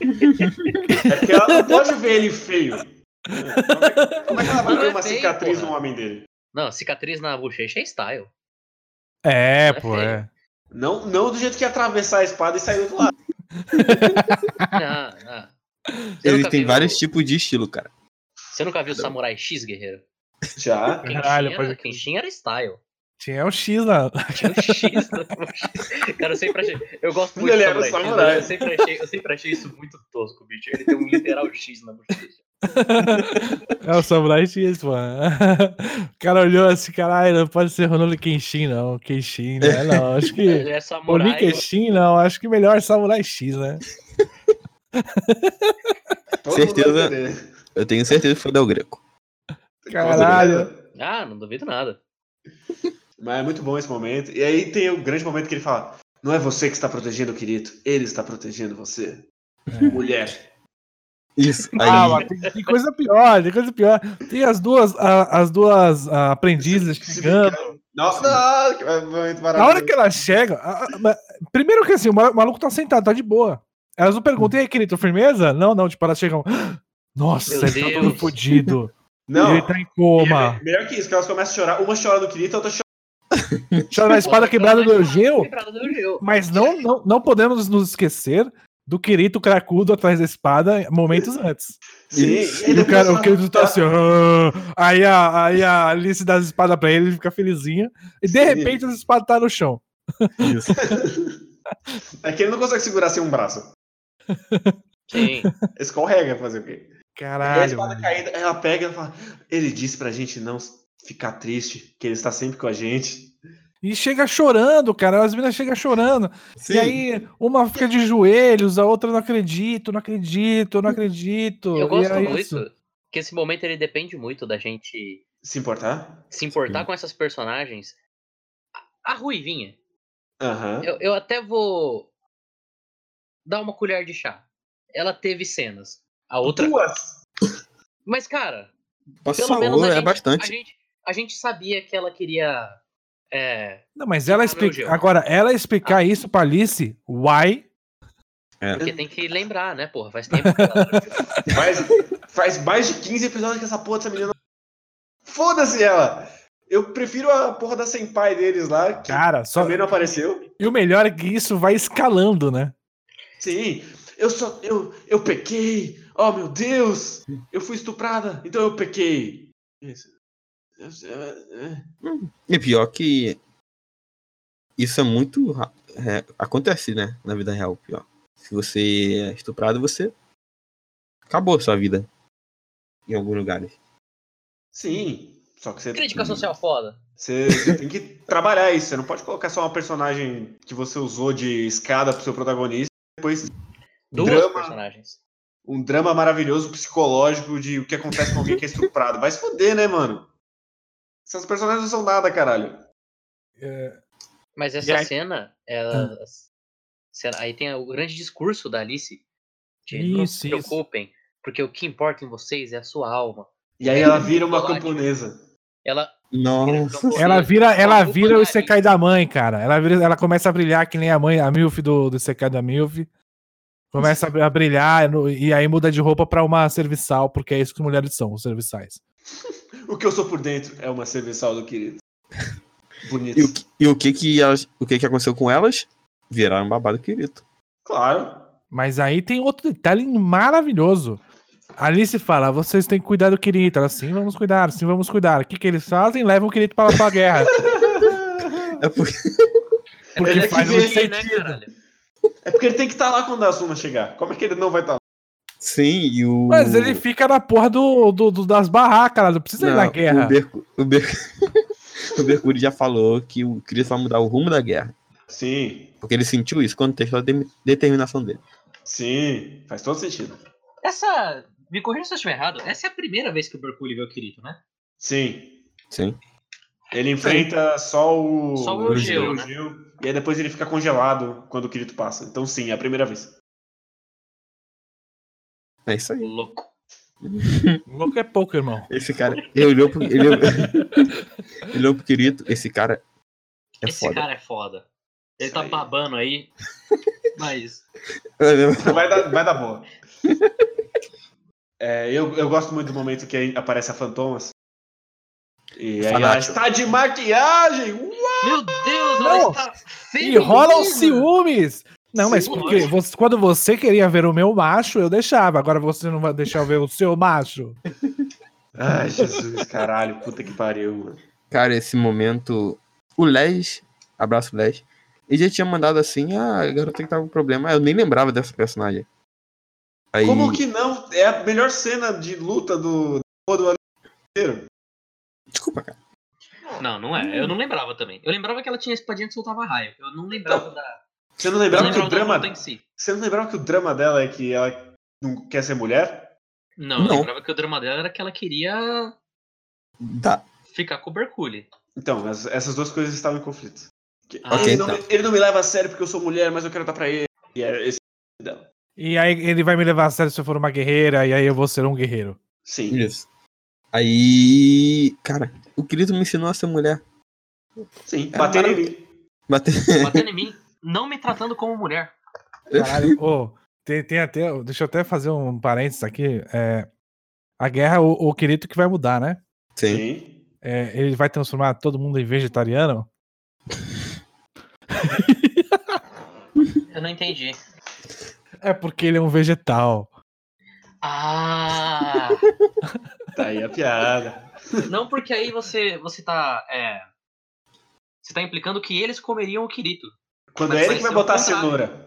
Speaker 2: É porque ela não pode ver ele feio. Como é que- Como é que ela vai
Speaker 7: Não é
Speaker 2: ver uma
Speaker 7: feio,
Speaker 2: cicatriz
Speaker 7: porra.
Speaker 2: no homem dele?
Speaker 7: Não, cicatriz na bochecha é
Speaker 4: <laughs>
Speaker 7: style.
Speaker 4: É,
Speaker 7: Não é
Speaker 4: pô,
Speaker 7: feio.
Speaker 4: é.
Speaker 2: Não, não do jeito que atravessar a espada e sair do outro lado.
Speaker 7: Não, não. Você
Speaker 3: Eles
Speaker 7: nunca
Speaker 3: têm
Speaker 7: viu-
Speaker 3: vários tipos de estilo, cara.
Speaker 7: Você nunca viu Samurai X, guerreiro?
Speaker 2: Já.
Speaker 4: Caralho,
Speaker 7: Kenshin
Speaker 4: pode
Speaker 7: era,
Speaker 4: crer.
Speaker 7: Kenshin era style.
Speaker 4: Tinha o X lá.
Speaker 7: Tinha um X na bochecha. Cara, eu sempre achei. Eu gosto muito
Speaker 2: Ele
Speaker 7: de
Speaker 2: era
Speaker 7: Samurai, X,
Speaker 2: samurai.
Speaker 7: mas Eu sempre, achei, eu sempre achei isso muito tosco, bicho. Ele tem um literal X na bochecha.
Speaker 4: <laughs> É o Samurai X, pô. <laughs> O cara olhou assim, caralho, não pode ser Ronaldo Kenshin, não. Kenshin, né? Não, acho que.
Speaker 7: É
Speaker 4: Oni
Speaker 7: samurai.
Speaker 4: Kenshin, não. Acho que melhor Samurai X, né?
Speaker 2: Todo mundo vai
Speaker 3: Certeza.
Speaker 2: entender.
Speaker 3: Eu tenho certeza que foi Del Greco.
Speaker 4: Caralho.
Speaker 7: Ah, não duvido nada.
Speaker 2: Mas é muito bom esse momento. E aí tem o grande momento que ele fala: Não é você que está protegendo o Kirito, ele está protegendo você.
Speaker 4: É.
Speaker 2: Mulher.
Speaker 3: Isso. Aí,
Speaker 4: Ah, mas tem, tem coisa pior, tem coisa pior. Tem as duas, a- as duas ah, aprendizes
Speaker 2: Se
Speaker 4: chegando.
Speaker 2: brincar. Nossa, não, que é um momento
Speaker 4: Na hora
Speaker 2: maravilhoso.
Speaker 4: que ela chega, a- a- ma- primeiro que assim, o malu- maluco tá sentado, tá de boa. Elas não perguntam, e aí, querido, firmeza? Não, não, tipo, elas chegam. "Ah, Nossa,
Speaker 7: Meu
Speaker 4: ele tá todo
Speaker 7: Deus.
Speaker 4: fodido.
Speaker 2: Não,
Speaker 7: <laughs>
Speaker 4: Ele tá em
Speaker 2: e é
Speaker 4: coma.
Speaker 2: me- melhor que isso, que elas começam a chorar. Uma chora do Kirito, a outra chora
Speaker 4: Chora na espada quebrada do Eugeu,
Speaker 7: Quebrada do Eugeu.
Speaker 4: mas não, não, não podemos nos esquecer do Kirito cracudo atrás da espada momentos antes.
Speaker 2: Sim,
Speaker 4: E o, cara, o Kirito tá assim. "Ah", Aí a, aí a Alice dá as espadas pra ele, ele fica felizinha. E de
Speaker 2: Sim.
Speaker 4: repente as espadas tá no chão.
Speaker 3: Isso.
Speaker 4: assim.
Speaker 2: É que ele não consegue segurar sem um braço.
Speaker 7: Sim.
Speaker 2: Escorrega pra fazer o quê? E a
Speaker 4: Caralho.
Speaker 2: espada
Speaker 4: mano.
Speaker 2: caída, ela pega e fala. Ele disse pra gente não ficar triste, que ele está sempre com a gente.
Speaker 4: E chega chorando, cara. As meninas chegam chorando.
Speaker 3: Sim.
Speaker 4: E aí, uma fica de joelhos, a outra não acredito, não acredito, não acredito.
Speaker 7: Eu gosto
Speaker 4: e é
Speaker 7: muito
Speaker 4: isso.
Speaker 7: que esse momento ele depende muito da gente
Speaker 2: Se importar?
Speaker 7: se importar com essas personagens. A- A Ruivinha,
Speaker 2: Aham.
Speaker 7: eu, eu até vou dar uma colher de chá. Ela teve cenas. A outra.
Speaker 2: Duas!
Speaker 7: Mas, cara, pelo
Speaker 3: Passou,
Speaker 7: menos a
Speaker 3: é
Speaker 7: gente,
Speaker 3: bastante.
Speaker 7: A gente, a gente sabia que ela queria. É,
Speaker 4: Não, mas ela
Speaker 7: Ah, meu
Speaker 4: explica.
Speaker 7: Deus.
Speaker 4: Agora, ela explicar isso pra Alice, why?
Speaker 7: porque tem que lembrar, né, porra? Faz tempo que
Speaker 4: <laughs>
Speaker 7: ela.
Speaker 2: Faz, faz mais de 15 episódios que essa porra dessa menina. Foda-se ela! Eu prefiro a porra da Senpai deles lá, que
Speaker 4: Cara, só.
Speaker 2: também não apareceu.
Speaker 4: E o melhor é que isso vai escalando, né?
Speaker 2: Sim, eu só. Eu, eu pequei! Oh meu Deus! Eu fui estuprada, então eu pequei. Isso. Eu- eu- eu-
Speaker 3: E pior que isso é muito ra- é, acontece, né? Na vida real, pior. Se você é estuprado, você acabou a sua vida em alguns lugares.
Speaker 2: Sim, só que você.
Speaker 7: Crítica social foda.
Speaker 2: Você, você tem que trabalhar isso. Você não pode colocar só uma personagem que você usou de escada pro seu protagonista. Depois
Speaker 7: Duas
Speaker 2: Drama.
Speaker 7: personagens.
Speaker 2: um drama maravilhoso psicológico de o que acontece com alguém que é estuprado. Vai se foder, né, mano? Essas personagens não são nada, caralho.
Speaker 4: É,
Speaker 7: Mas essa cena, ela.
Speaker 4: Ah.
Speaker 7: cena- aí tem o grande discurso da Alice. De não
Speaker 4: Isso,
Speaker 7: se
Speaker 4: isso.
Speaker 7: preocupem, porque o que importa em vocês é a sua alma.
Speaker 2: E aí ela vira uma
Speaker 7: Chocolate.
Speaker 2: camponesa.
Speaker 7: Ela.
Speaker 3: Nossa.
Speaker 7: Sim,
Speaker 4: Ela
Speaker 7: eu-
Speaker 4: vira, ela
Speaker 7: eu-
Speaker 4: vira
Speaker 7: eu-
Speaker 4: o Isekai da mãe, cara. Ela, vira- ela começa a brilhar que nem a mãe, a Milf do, do Isekai da Milf. Começa a brilhar no- e aí muda de roupa pra uma serviçal, porque é isso que mulheres são, os serviçais.
Speaker 2: O que eu sou por dentro é uma serviçal do querido. Bonito.
Speaker 3: E o, que- e o que que elas, o que que aconteceu com elas? Viraram um babado querido.
Speaker 2: Claro.
Speaker 4: Mas aí tem outro detalhe maravilhoso. A Alice fala: vocês têm que cuidar do Kirito. Ela, sim, vamos cuidar, sim, vamos cuidar. O que, que eles fazem? Levam o Kirito para
Speaker 3: <laughs>
Speaker 4: pra guerra.
Speaker 3: É porque
Speaker 4: Porque
Speaker 7: Ele é
Speaker 4: faz um
Speaker 7: que
Speaker 4: muito
Speaker 7: vem,
Speaker 4: sentido.
Speaker 7: caralho?
Speaker 2: É porque ele tem que estar lá quando a Asuma chegar. Como é que ele não vai estar lá?
Speaker 3: sim, e o
Speaker 4: Mas ele fica na porra do, do- do- das barracas, lá, não precisa ir
Speaker 3: Não,
Speaker 4: na guerra.
Speaker 3: O, Mercu- o, Mercu- <laughs> o Mercúrio já falou que o Cristo vai mudar o rumo da guerra.
Speaker 2: Sim,
Speaker 3: Porque ele sentiu isso quando testou a de- determinação dele.
Speaker 2: sim. Faz todo sentido.
Speaker 7: Essa. Me corrija se eu estiver errado. Essa é a primeira vez que o Mercúrio vê o Kirito, né?
Speaker 2: Sim.
Speaker 3: Sim.
Speaker 2: Ele enfrenta só o.
Speaker 7: Só o Eugeo, né?
Speaker 2: Eugeo, E aí depois ele fica congelado quando o Kirito passa. Então, sim, é a primeira vez.
Speaker 3: É isso aí.
Speaker 7: Louco.
Speaker 4: Louco é pouco, irmão.
Speaker 3: Esse cara, ele olhou pro, ele olhou, <laughs> ele olhou pro Kirito, esse cara é
Speaker 7: Esse
Speaker 3: foda.
Speaker 7: cara é foda. Ele
Speaker 2: Isso
Speaker 7: tá
Speaker 2: aí. <laughs>
Speaker 7: babando aí. Mas.
Speaker 2: Vai dar, vai dar boa. É, eu, eu gosto muito do momento que aparece a Fantomas. E aí ela
Speaker 3: Fanático.
Speaker 2: está de maquiagem! Uh!
Speaker 7: Meu Deus,
Speaker 4: Não.
Speaker 7: ela está
Speaker 4: E rola os
Speaker 7: feminina.
Speaker 4: ciúmes! Não, mas
Speaker 2: Sim,
Speaker 4: porque você- quando você queria ver o meu macho, eu deixava. Agora você não vai deixar eu ver o seu macho.
Speaker 2: Ai, Jesus, caralho, puta que pariu, mano.
Speaker 3: Cara, esse momento. O Les, abraço Les, ele já tinha mandado assim a garota que tava com problema. Ah, Eu nem lembrava dessa personagem. Aí,
Speaker 2: Como que não? É a melhor cena de luta do do ano inteiro.
Speaker 3: Desculpa, cara.
Speaker 7: Não, não é. Eu não lembrava também. Eu lembrava que ela tinha espadinha que soltava raio. Eu não lembrava da.
Speaker 2: Você não
Speaker 7: Eu não
Speaker 2: lembrava Então, que o
Speaker 7: lembrava da
Speaker 2: drama.
Speaker 7: luta em si.
Speaker 2: Você não lembrava que o drama dela é que ela não quer ser mulher?
Speaker 7: Não, eu
Speaker 3: Não.
Speaker 7: lembrava que o drama dela era que ela queria
Speaker 3: Tá.
Speaker 7: ficar com o Mercúrio.
Speaker 2: Então, as- essas duas coisas estavam em conflito. Que-
Speaker 7: Ah,
Speaker 2: ele, não,
Speaker 3: então.
Speaker 2: ele não me leva a sério porque eu sou mulher, mas eu quero dar pra ele. E é esse dela.
Speaker 4: E aí ele vai me levar a sério se eu for uma guerreira, e aí eu vou ser um guerreiro.
Speaker 2: Sim.
Speaker 3: Isso. Aí. Cara, o Kirito me ensinou a ser mulher.
Speaker 2: Sim,
Speaker 3: É
Speaker 2: bater em
Speaker 3: maravilhoso.
Speaker 2: mim.
Speaker 3: Bater.
Speaker 7: Tá Batendo em mim, não me tratando como mulher.
Speaker 4: Caralho, ô, tem, tem até. Deixa eu até fazer um parênteses aqui. é, a guerra, o, o Kirito que vai mudar, né?
Speaker 3: <laughs> Sim.
Speaker 2: Sim.
Speaker 4: É, ele vai transformar todo mundo em vegetariano.
Speaker 7: Eu não entendi.
Speaker 4: É porque ele é um vegetal.
Speaker 7: Ah!
Speaker 2: Tá aí a piada.
Speaker 7: Não, porque aí você, você tá. É, você tá implicando que eles comeriam o Kirito.
Speaker 2: Quando
Speaker 7: Mas
Speaker 2: é ele
Speaker 7: vai
Speaker 2: que vai
Speaker 7: ser o
Speaker 2: botar a
Speaker 7: contrário.
Speaker 2: cenoura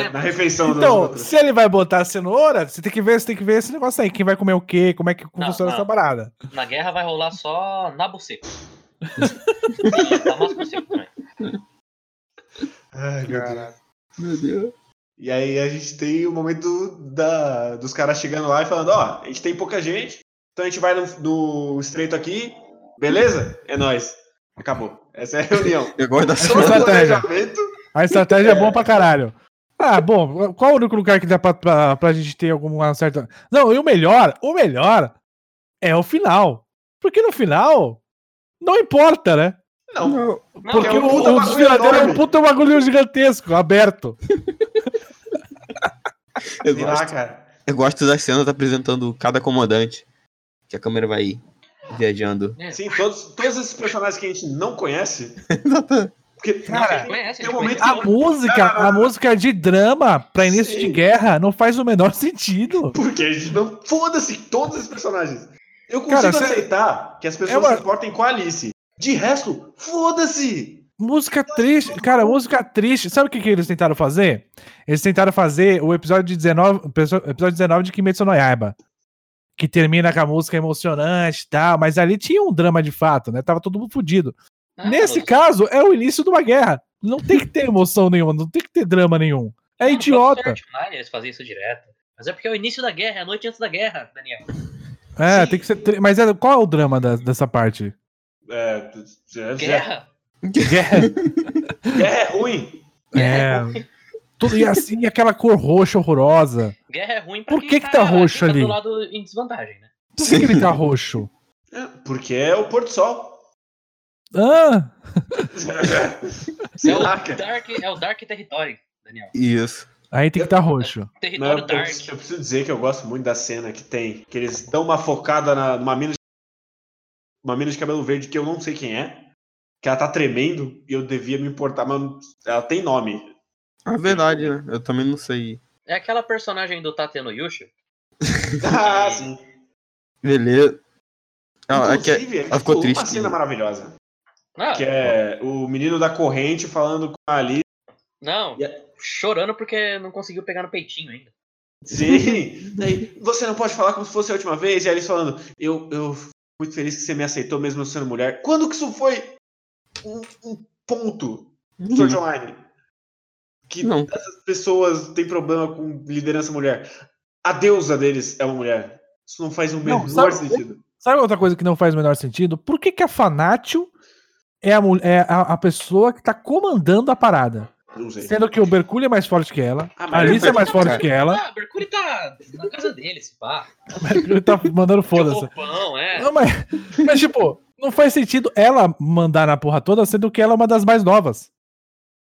Speaker 7: É,
Speaker 2: na refeição dos
Speaker 4: Então,
Speaker 2: outros.
Speaker 4: se ele vai botar a cenoura, você tem que ver, você tem que ver esse negócio aí. Quem vai comer o quê? Como é que funciona
Speaker 7: não.
Speaker 4: essa parada?
Speaker 7: na guerra vai rolar só nabo
Speaker 2: <laughs>
Speaker 7: seco. E damasco seco também.
Speaker 2: Ai, meu Deus.
Speaker 3: Meu Deus.
Speaker 2: E aí a gente tem o momento da, dos caras chegando lá e falando, ó, a gente tem pouca gente, então a gente vai no, no estreito aqui, beleza? É nóis. Acabou. Essa é a reunião.
Speaker 3: Eu gosto da
Speaker 2: Todo o
Speaker 3: cenoura.
Speaker 4: estratégia.
Speaker 2: planejamento.
Speaker 4: A estratégia é boa
Speaker 2: <laughs>
Speaker 4: pra caralho. Ah, bom, qual o único lugar que dá pra, pra, pra gente ter alguma certa. Não, e o melhor, o melhor é o final. Porque no final, não importa, né?
Speaker 2: Não,
Speaker 7: Não,
Speaker 4: Porque
Speaker 2: é um
Speaker 4: o,
Speaker 2: puta
Speaker 4: o
Speaker 2: bagulho
Speaker 4: desfiladeiro é um
Speaker 2: enorme.
Speaker 4: puta bagulho gigantesco, aberto.
Speaker 3: Eu
Speaker 2: sei lá,
Speaker 3: gosto,
Speaker 2: Ah, cara.
Speaker 3: eu gosto das cenas apresentando cada comandante. Que a câmera vai viajando.
Speaker 2: Sim, todos, todos esses personagens que a gente não conhece. Porque,
Speaker 4: Cara,
Speaker 7: conhece,
Speaker 2: tem um
Speaker 7: a
Speaker 2: momento
Speaker 7: gente conhece.
Speaker 4: A música, a música de drama pra início de
Speaker 2: Sim.
Speaker 4: guerra não faz o menor sentido.
Speaker 2: Porque a gente não. Foda-se todos esses personagens. Eu consigo
Speaker 4: Cara, cê-
Speaker 2: aceitar que as pessoas
Speaker 4: É uma-
Speaker 2: se importem com a Alice. De resto, foda-se!
Speaker 4: Música triste, cara, música triste. Sabe o que, que eles tentaram fazer? Eles tentaram fazer o episódio de 19, o perso- episódio 19 de Kimetsu no Yaiba, que termina com a música emocionante e tal, mas ali tinha um drama de fato, né? Tava todo mundo fudido.
Speaker 7: Ah,
Speaker 4: Nesse
Speaker 7: todos.
Speaker 4: caso, é o início de uma guerra. Não tem que ter emoção nenhuma, não tem que ter drama nenhum. É
Speaker 7: Não,
Speaker 4: idiota.
Speaker 7: todos os Fortnite, Eles faziam isso direto. Mas é porque é o início da guerra, é a noite antes da guerra, Daniel.
Speaker 4: É,
Speaker 7: Sim.
Speaker 4: tem que ser. tri- Mas é- qual é o drama da- dessa parte?
Speaker 2: É, já- já-
Speaker 7: Guerra?
Speaker 4: Guerra.
Speaker 2: guerra é
Speaker 7: <laughs>
Speaker 2: ruim.
Speaker 4: É. Tudo, e assim, e aquela cor roxa horrorosa.
Speaker 7: Guerra é ruim pra
Speaker 4: Por
Speaker 7: quem
Speaker 4: que que tá roxo
Speaker 7: quem
Speaker 4: ali?
Speaker 7: Tá do lado em desvantagem, né?
Speaker 4: Por que, que ele tá roxo?
Speaker 2: É, Porque é o pôr do
Speaker 7: <laughs>
Speaker 2: sol.
Speaker 4: Ah,
Speaker 2: Sei
Speaker 7: é, o
Speaker 2: lá, cara.
Speaker 7: dark, é o Dark Territory, Daniel.
Speaker 3: <laughs> Isso.
Speaker 4: aí tem que tá roxo.
Speaker 2: Não,
Speaker 7: Território
Speaker 2: eu,
Speaker 7: Dark.
Speaker 2: preciso, eu preciso dizer que eu gosto muito da cena que tem, que eles dão uma focada na, numa mina de, uma mina de cabelo verde que eu não sei quem é, que ela tá tremendo e eu devia me importar, mas não- ela tem nome. <laughs>
Speaker 3: É verdade, né? Eu também não sei.
Speaker 7: É aquela personagem do Tate no Yusha.
Speaker 2: Ah, sim.
Speaker 3: Beleza. Ah, é que
Speaker 2: Inclusive, ele
Speaker 3: ela ficou
Speaker 2: pulou uma
Speaker 3: triste.
Speaker 2: cena maravilhosa,
Speaker 7: Ah,
Speaker 2: que é o menino da corrente falando com a Alice.
Speaker 7: Não,
Speaker 2: é-
Speaker 7: chorando porque não conseguiu pegar no peitinho ainda.
Speaker 2: Sim. Daí, você não pode falar como se fosse a última vez, e a Alice falando, eu, eu fico muito feliz que você me aceitou mesmo eu sendo mulher. Quando que isso foi um, um ponto do Sword Online? Que
Speaker 3: Hum. Não.
Speaker 2: essas pessoas têm problema com liderança mulher. A deusa deles é uma mulher. Isso não faz o menor
Speaker 4: sabe-
Speaker 2: sentido.
Speaker 4: Sabe outra coisa que não faz o menor sentido? Por que, que a Fanatio é a, mul- é a, a pessoa que tá comandando a parada?
Speaker 2: Não sei.
Speaker 4: Sendo que o Mercúrio é mais forte que ela,
Speaker 2: Ah, mas
Speaker 4: a Alice é mais forte
Speaker 3: cara.
Speaker 2: <laughs>
Speaker 4: que ela,
Speaker 7: Ah, o Mercury tá na casa dele, se pá.
Speaker 4: o Mercúrio tá mandando
Speaker 7: De
Speaker 4: foda-se.
Speaker 7: roupão, é.
Speaker 4: Não, mas, mas, tipo, não faz sentido ela mandar na porra toda, sendo que ela é uma das mais novas.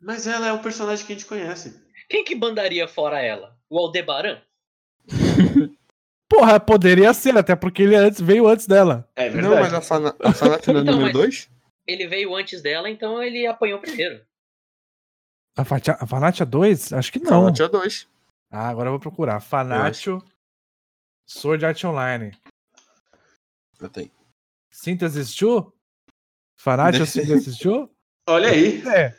Speaker 2: Mas ela é um personagem que a gente conhece.
Speaker 7: Quem que bandaria fora ela? O Aldebaran?
Speaker 4: Porra, poderia ser, até porque ele antes, veio antes dela.
Speaker 2: É
Speaker 3: Não, mas a Fana- a Fanat não é
Speaker 7: Então,
Speaker 3: número
Speaker 7: mas-
Speaker 3: 2?
Speaker 7: Ele veio antes dela, então ele apanhou primeiro.
Speaker 4: A, Fatia, a Fanatia 2? Acho que não.
Speaker 3: Fanat é 2.
Speaker 4: Ah, agora eu vou procurar. Fanatio Sword Art Online.
Speaker 3: Eu tenho.
Speaker 4: Synthesis 2? Fanatio
Speaker 3: Deve ser.
Speaker 4: Synthesis 2?
Speaker 2: Olha aí.
Speaker 4: <laughs> É.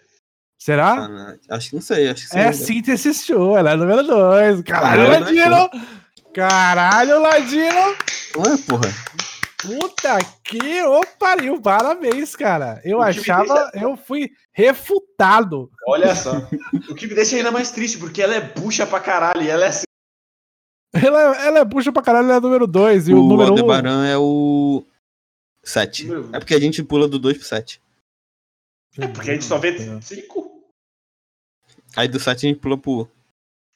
Speaker 4: Será?
Speaker 3: Fanat. Ah. Acho que não sei, acho que sei.
Speaker 4: É Synthesis 2, ela é número 2. Caralho,
Speaker 3: Caralho,
Speaker 4: Ladino! Caralho, Ladino!
Speaker 3: Ué, é, porra.
Speaker 4: Puta que ô pariu, parabéns, cara. Eu
Speaker 2: O que me
Speaker 4: achava, eu fui refutado.
Speaker 2: Olha só. o que me deixa ainda mais triste, porque ela é bucha pra caralho. E ela é assim.
Speaker 4: Ela, ela é puxa pra caralho, ela é número 2. E o,
Speaker 3: o
Speaker 4: número 1. Um,
Speaker 3: Aldebaran é o 7.
Speaker 2: Número um.
Speaker 3: É porque a gente pula do 2 pro 7.
Speaker 4: um.
Speaker 2: É porque a gente só vê cinco.
Speaker 3: Aí do 7 a gente pula pro.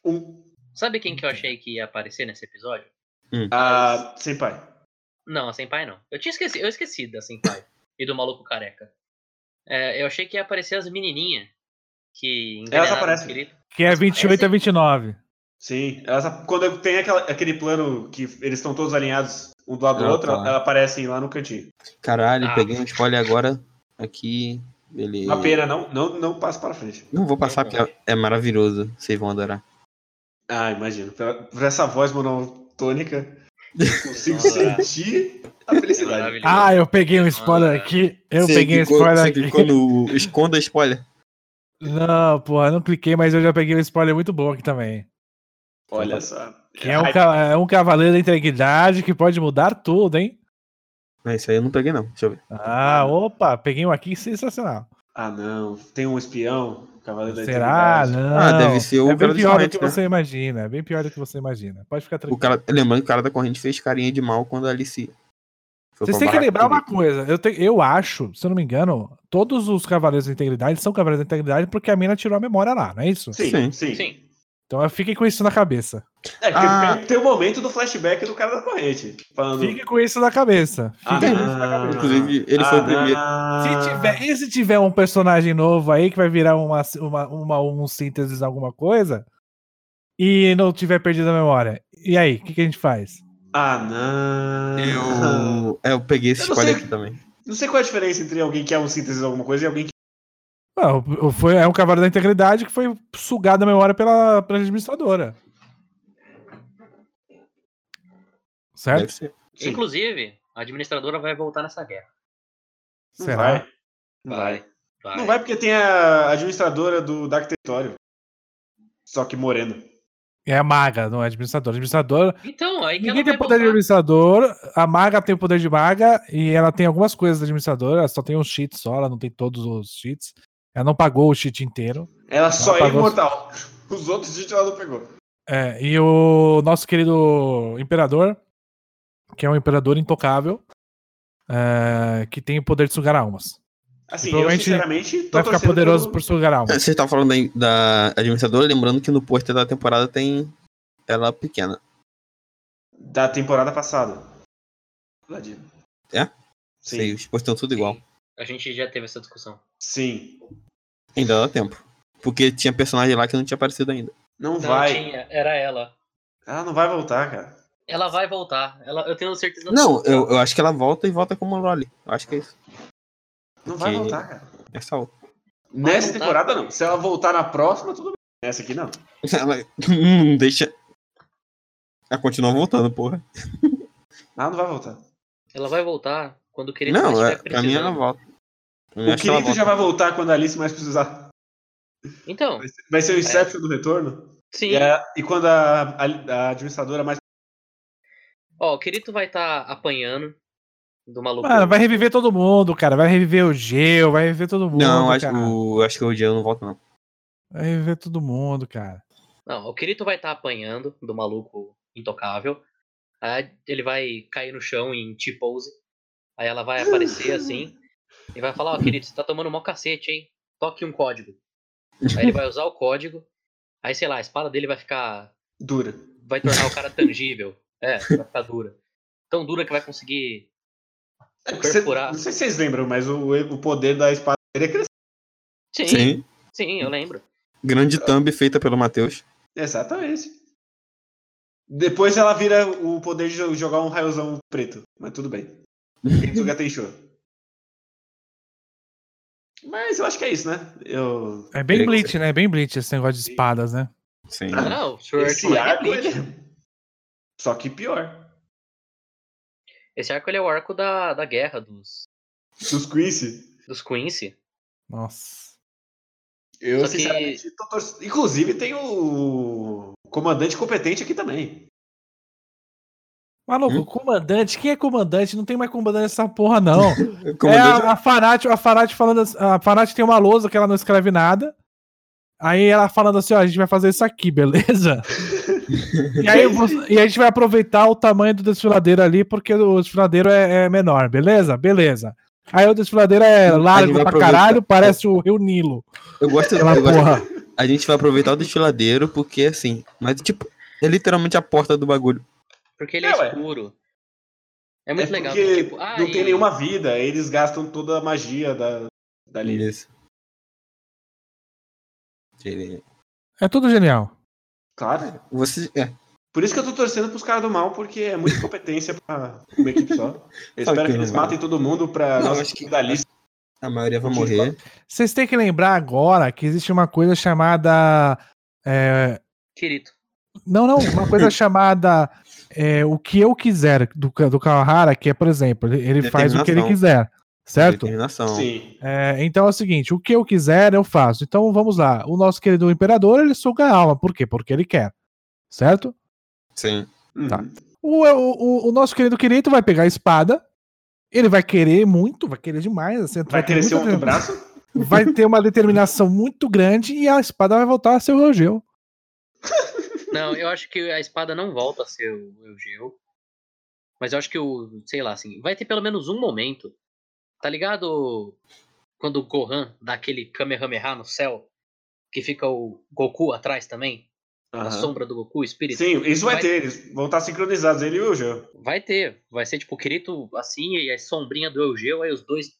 Speaker 2: Um.
Speaker 7: Sabe quem que eu achei que ia aparecer nesse episódio?
Speaker 2: Ah, sem pai.
Speaker 7: Não, a Senpai não. Eu tinha esquecido, eu esqueci da Senpai e do maluco careca. É, eu achei que ia aparecer as menininhas que envenenaram
Speaker 2: aparecem.
Speaker 7: o Kirito.
Speaker 4: Que é 28 a 29.
Speaker 2: Sim. Elas, quando tem aquela- aquele plano que eles estão todos alinhados um do lado do
Speaker 3: Ah,
Speaker 2: outro,
Speaker 3: tá.
Speaker 2: elas aparecem lá no cantinho.
Speaker 3: Caralho,
Speaker 7: Ah.
Speaker 3: peguei um spoiler agora. Aqui. Ele...
Speaker 2: Uma pena, não, não, não passa para frente.
Speaker 3: Não vou passar porque é- é maravilhoso. Vocês vão adorar.
Speaker 2: Ah, imagino. Pela- Por essa voz monotônica, eu
Speaker 3: <laughs>
Speaker 2: consigo
Speaker 7: Nossa.
Speaker 2: sentir a felicidade.
Speaker 7: maravilhoso.
Speaker 4: Ah, eu peguei um spoiler aqui. Eu
Speaker 3: Você
Speaker 4: peguei um
Speaker 3: clicou-
Speaker 4: spoiler
Speaker 3: você
Speaker 4: aqui.
Speaker 3: clicou no- Esconda spoiler.
Speaker 4: Não, porra, não cliquei, mas eu já peguei um spoiler muito bom aqui também.
Speaker 2: Olha só.
Speaker 4: Que é um, ca- é um cavaleiro da integridade que pode mudar tudo, hein?
Speaker 3: Mas isso aí eu não peguei, não. Deixa eu ver.
Speaker 4: Ah, opa, peguei um aqui sensacional.
Speaker 2: Ah, não. Tem um espião, Cavaleiro da
Speaker 4: Será?
Speaker 2: Eternidade.
Speaker 4: Não.
Speaker 3: Ah, deve ser o
Speaker 4: É
Speaker 3: cara
Speaker 4: bem
Speaker 3: do
Speaker 4: pior do
Speaker 3: Smite,
Speaker 4: que
Speaker 3: né?
Speaker 4: você imagina. É bem pior do que você imagina. Pode ficar
Speaker 3: O
Speaker 4: tranquilo.
Speaker 3: cara, lembrando que o cara da corrente fez carinha de mal quando a Alice. foi
Speaker 4: Vocês têm que
Speaker 3: provar
Speaker 4: lembrar
Speaker 3: aquilo.
Speaker 4: uma coisa. Eu, te- eu acho, se eu não me engano, todos os Cavaleiros da Integridade são Cavaleiros da Integridade porque a mina tirou a memória lá, não é isso?
Speaker 2: Sim,
Speaker 3: Sim.
Speaker 2: sim.
Speaker 7: Sim.
Speaker 4: Então fiquem com isso na cabeça.
Speaker 2: É, porque
Speaker 3: Ah.
Speaker 2: tem- tem o momento do flashback do cara da corrente. Falando.
Speaker 4: Fiquem com isso na cabeça.
Speaker 2: Ah,
Speaker 3: Fica-
Speaker 2: ah,
Speaker 3: Inclusive, ele foi o primeiro.
Speaker 2: ah,
Speaker 4: Se tiver, e se tiver um personagem novo aí que vai virar uma, uma, uma, um síntese de alguma coisa e não tiver perdido a memória, e aí, o que, que a gente faz?
Speaker 2: Ah, não.
Speaker 3: Eu, é, eu peguei esse
Speaker 2: Eu não
Speaker 3: spoiler
Speaker 2: sei-
Speaker 3: aqui também.
Speaker 2: Não sei qual é a diferença entre alguém que é um síntese de alguma coisa e alguém que. é
Speaker 4: Ah, o- o- foi, é um cavalo da integridade que foi sugado a memória pela, pela administradora. Certo?
Speaker 3: Deve ser.
Speaker 2: Sim.
Speaker 7: Inclusive, a administradora vai voltar nessa guerra.
Speaker 2: Não
Speaker 4: Será?
Speaker 2: vai. Não vai.
Speaker 7: Vai.
Speaker 2: Não vai porque tem a administradora do Dark Território. Só que moreno.
Speaker 4: É a maga, não é a administradora. A administradora.
Speaker 7: Então, aí que
Speaker 4: Ninguém tem
Speaker 7: ela vai
Speaker 4: poder de
Speaker 7: voltar.
Speaker 4: administrador, a maga tem o poder de maga e ela tem algumas coisas da administradora, ela só tem um cheat só, ela não tem todos os cheats. Ela não pagou o cheat inteiro.
Speaker 2: Ela só é
Speaker 4: pagou-
Speaker 2: imortal. Os outros gente ela não pegou.
Speaker 4: É, e o nosso querido imperador, que é um imperador intocável, é, que tem o poder de sugar almas.
Speaker 2: Assim, eu
Speaker 4: Provavelmente
Speaker 2: sinceramente tô
Speaker 4: Vai ficar
Speaker 2: torcendo
Speaker 4: poderoso
Speaker 2: pelo-
Speaker 4: por sugar almas.
Speaker 3: É, Vocês estavam falando da, da administradora, lembrando que no pôster da temporada tem ela pequena.
Speaker 2: Da temporada passada. Ladino.
Speaker 3: É?
Speaker 2: Sim.
Speaker 3: Sei, os posters estão tudo igual.
Speaker 7: A gente já teve essa discussão.
Speaker 2: Sim.
Speaker 3: Ainda dá tempo. Porque tinha personagem lá que não tinha aparecido ainda.
Speaker 2: Não,
Speaker 7: Não
Speaker 2: vai.
Speaker 7: tinha, era ela.
Speaker 2: Ela não vai voltar, cara.
Speaker 7: Ela vai voltar. Ela, eu tenho certeza.
Speaker 3: Não, eu, eu acho que ela volta e volta como Loli. Eu acho que é isso.
Speaker 2: Não vai
Speaker 3: Que-
Speaker 2: voltar, cara.
Speaker 3: É só. <laughs>
Speaker 2: Nessa
Speaker 7: voltar.
Speaker 2: temporada, não. Se ela voltar na próxima, tudo bem. Nessa aqui, não.
Speaker 3: Ela não deixa. Ela continua voltando, porra.
Speaker 2: Ela não vai voltar.
Speaker 7: Ela vai voltar quando querer
Speaker 3: não, é, pra mim ela volta. Pra mim,
Speaker 2: O
Speaker 3: acho que ela
Speaker 2: Kirito já
Speaker 3: volta.
Speaker 2: vai voltar quando a Alice mais precisar.
Speaker 7: Então,
Speaker 2: Vai ser- Vai
Speaker 3: É.
Speaker 2: ser o Inception do retorno.
Speaker 7: sim.
Speaker 2: E, a- e quando a, a- a administradora mais.
Speaker 7: Ó, o Kirito vai estar apanhando do maluco.
Speaker 4: Mano, vai reviver todo mundo, cara. Vai reviver o Geo, vai reviver todo mundo.
Speaker 3: Não, acho,
Speaker 4: cara.
Speaker 3: o, acho que o Jean não volta, não.
Speaker 4: Vai reviver todo mundo, cara.
Speaker 7: Não, o Kirito vai estar apanhando do maluco intocável. Aí ele vai cair no chão em T-pose. Aí ela vai
Speaker 3: <laughs>
Speaker 7: aparecer assim e vai falar: Ó, Kirito, você tá tomando mó cacete, hein? Toque um código. Aí ele vai usar o código. Aí, sei lá, a espada dele vai ficar.
Speaker 2: Dura.
Speaker 7: Vai tornar o cara tangível. É, vai ficar dura. Tão dura que vai conseguir.
Speaker 2: É que cê-
Speaker 7: Perfurar.
Speaker 2: não sei se vocês lembram, mas o, o poder da espada dele é crescer.
Speaker 7: Sim, sim,
Speaker 3: Sim.
Speaker 7: eu lembro.
Speaker 3: Grande thumb feita pelo Matheus.
Speaker 2: é Exatamente. Depois ela vira o poder de jo- jogar um raiozão preto. Mas tudo bem. Kensuga
Speaker 3: <laughs>
Speaker 2: Tenshou. Mas eu acho que é isso, né? Eu...
Speaker 4: É
Speaker 3: Teria
Speaker 4: bem
Speaker 3: que
Speaker 4: Bleach, né? É bem Bleach esse negócio de espadas, né?
Speaker 3: Sim.
Speaker 2: Ah,
Speaker 7: Não, o Sword
Speaker 2: Esse
Speaker 7: Art
Speaker 2: arco,
Speaker 7: Online é
Speaker 2: ele...
Speaker 7: Bleach.
Speaker 2: Só que pior.
Speaker 7: Esse arco ele é o arco da, da guerra dos,
Speaker 2: Dos Quincy.
Speaker 7: dos Quincy.
Speaker 4: Nossa.
Speaker 2: Eu,
Speaker 7: Só que-
Speaker 2: sinceramente, tô torcendo. Inclusive, tem o comandante competente aqui também.
Speaker 4: Maluco,
Speaker 3: Hum?
Speaker 4: comandante, quem é comandante? Não tem mais comandante nessa
Speaker 3: <laughs>
Speaker 4: porra, não.
Speaker 3: Como
Speaker 4: é
Speaker 3: Deus-
Speaker 4: a, a Farati, a Farati falando, assim- a Farati tem uma lousa que ela não escreve nada. Aí ela falando assim, ó, a gente vai fazer isso aqui, <laughs> beleza? e, aí, vo- e a gente vai aproveitar o tamanho do desfiladeiro ali, porque o desfiladeiro é, é menor, beleza? Beleza. Aí o desfiladeiro é largo
Speaker 3: vai
Speaker 4: pra
Speaker 3: aproveitar.
Speaker 4: caralho, parece o Rio Nilo.
Speaker 3: Eu gosto,
Speaker 4: Aquela
Speaker 3: eu gosto-
Speaker 4: porra.
Speaker 3: A gente vai aproveitar o destiladeiro porque, assim, mas, tipo, é literalmente a porta do bagulho.
Speaker 7: Porque ele
Speaker 2: É,
Speaker 7: é,
Speaker 2: ué.
Speaker 7: escuro. É muito
Speaker 2: é
Speaker 7: legal.
Speaker 2: Porque
Speaker 7: porque, tipo, ah,
Speaker 2: não
Speaker 7: e-
Speaker 2: tem nenhuma vida. Eles gastam toda a magia da, da Lily.
Speaker 3: Isso. Ele-
Speaker 4: É tudo genial.
Speaker 2: Claro.
Speaker 3: Você. É,
Speaker 2: Por isso que eu tô torcendo pros caras do mal, porque é muita competência pra uma equipe só. Eu
Speaker 3: Sabe
Speaker 2: espero
Speaker 3: que
Speaker 2: que eles
Speaker 3: não vai.
Speaker 2: matem todo mundo pra
Speaker 3: Não,
Speaker 2: nossa
Speaker 3: acho que-
Speaker 2: equipe da lista
Speaker 3: A maioria vai
Speaker 2: Gente,
Speaker 3: morrer.
Speaker 4: Vocês têm que lembrar agora que existe uma coisa chamada. é,
Speaker 7: Kirito.
Speaker 4: não, não, uma coisa chamada é, O que eu quiser do, Ka- do Kawahara, que é, por exemplo, ele, ele faz o que ele quiser, certo?
Speaker 3: Determinação.
Speaker 2: Sim.
Speaker 4: É, então é o seguinte: o que eu quiser, eu faço. Então vamos lá. O nosso querido imperador, ele suga a alma. Por quê? Porque ele quer, certo?
Speaker 3: Sim.
Speaker 2: Uhum.
Speaker 4: Tá. O, o, o- o nosso querido Kirito vai pegar a espada. Ele vai querer muito, vai querer demais. assim,
Speaker 2: Vai
Speaker 4: ter
Speaker 2: crescer
Speaker 4: muita-
Speaker 2: um braço?
Speaker 4: <laughs> vai ter uma determinação muito grande e a espada vai voltar a ser o Eugeu.
Speaker 7: Não, eu acho que a espada não volta a ser o o Eugeo. Mas eu acho que o. Sei lá, assim. Vai ter pelo menos um momento. Tá ligado? Quando o Gohan dá aquele Kamehameha no céu. Que fica o Goku atrás também. A
Speaker 2: Aham.
Speaker 7: sombra do Goku, o espírito.
Speaker 2: Sim, isso vai,
Speaker 7: Vai-
Speaker 2: ter. Eles vão estar sincronizados, ele e o Geo.
Speaker 7: Vai ter. Vai ser tipo o Kirito assim e a sombrinha do Eugeo. Aí os dois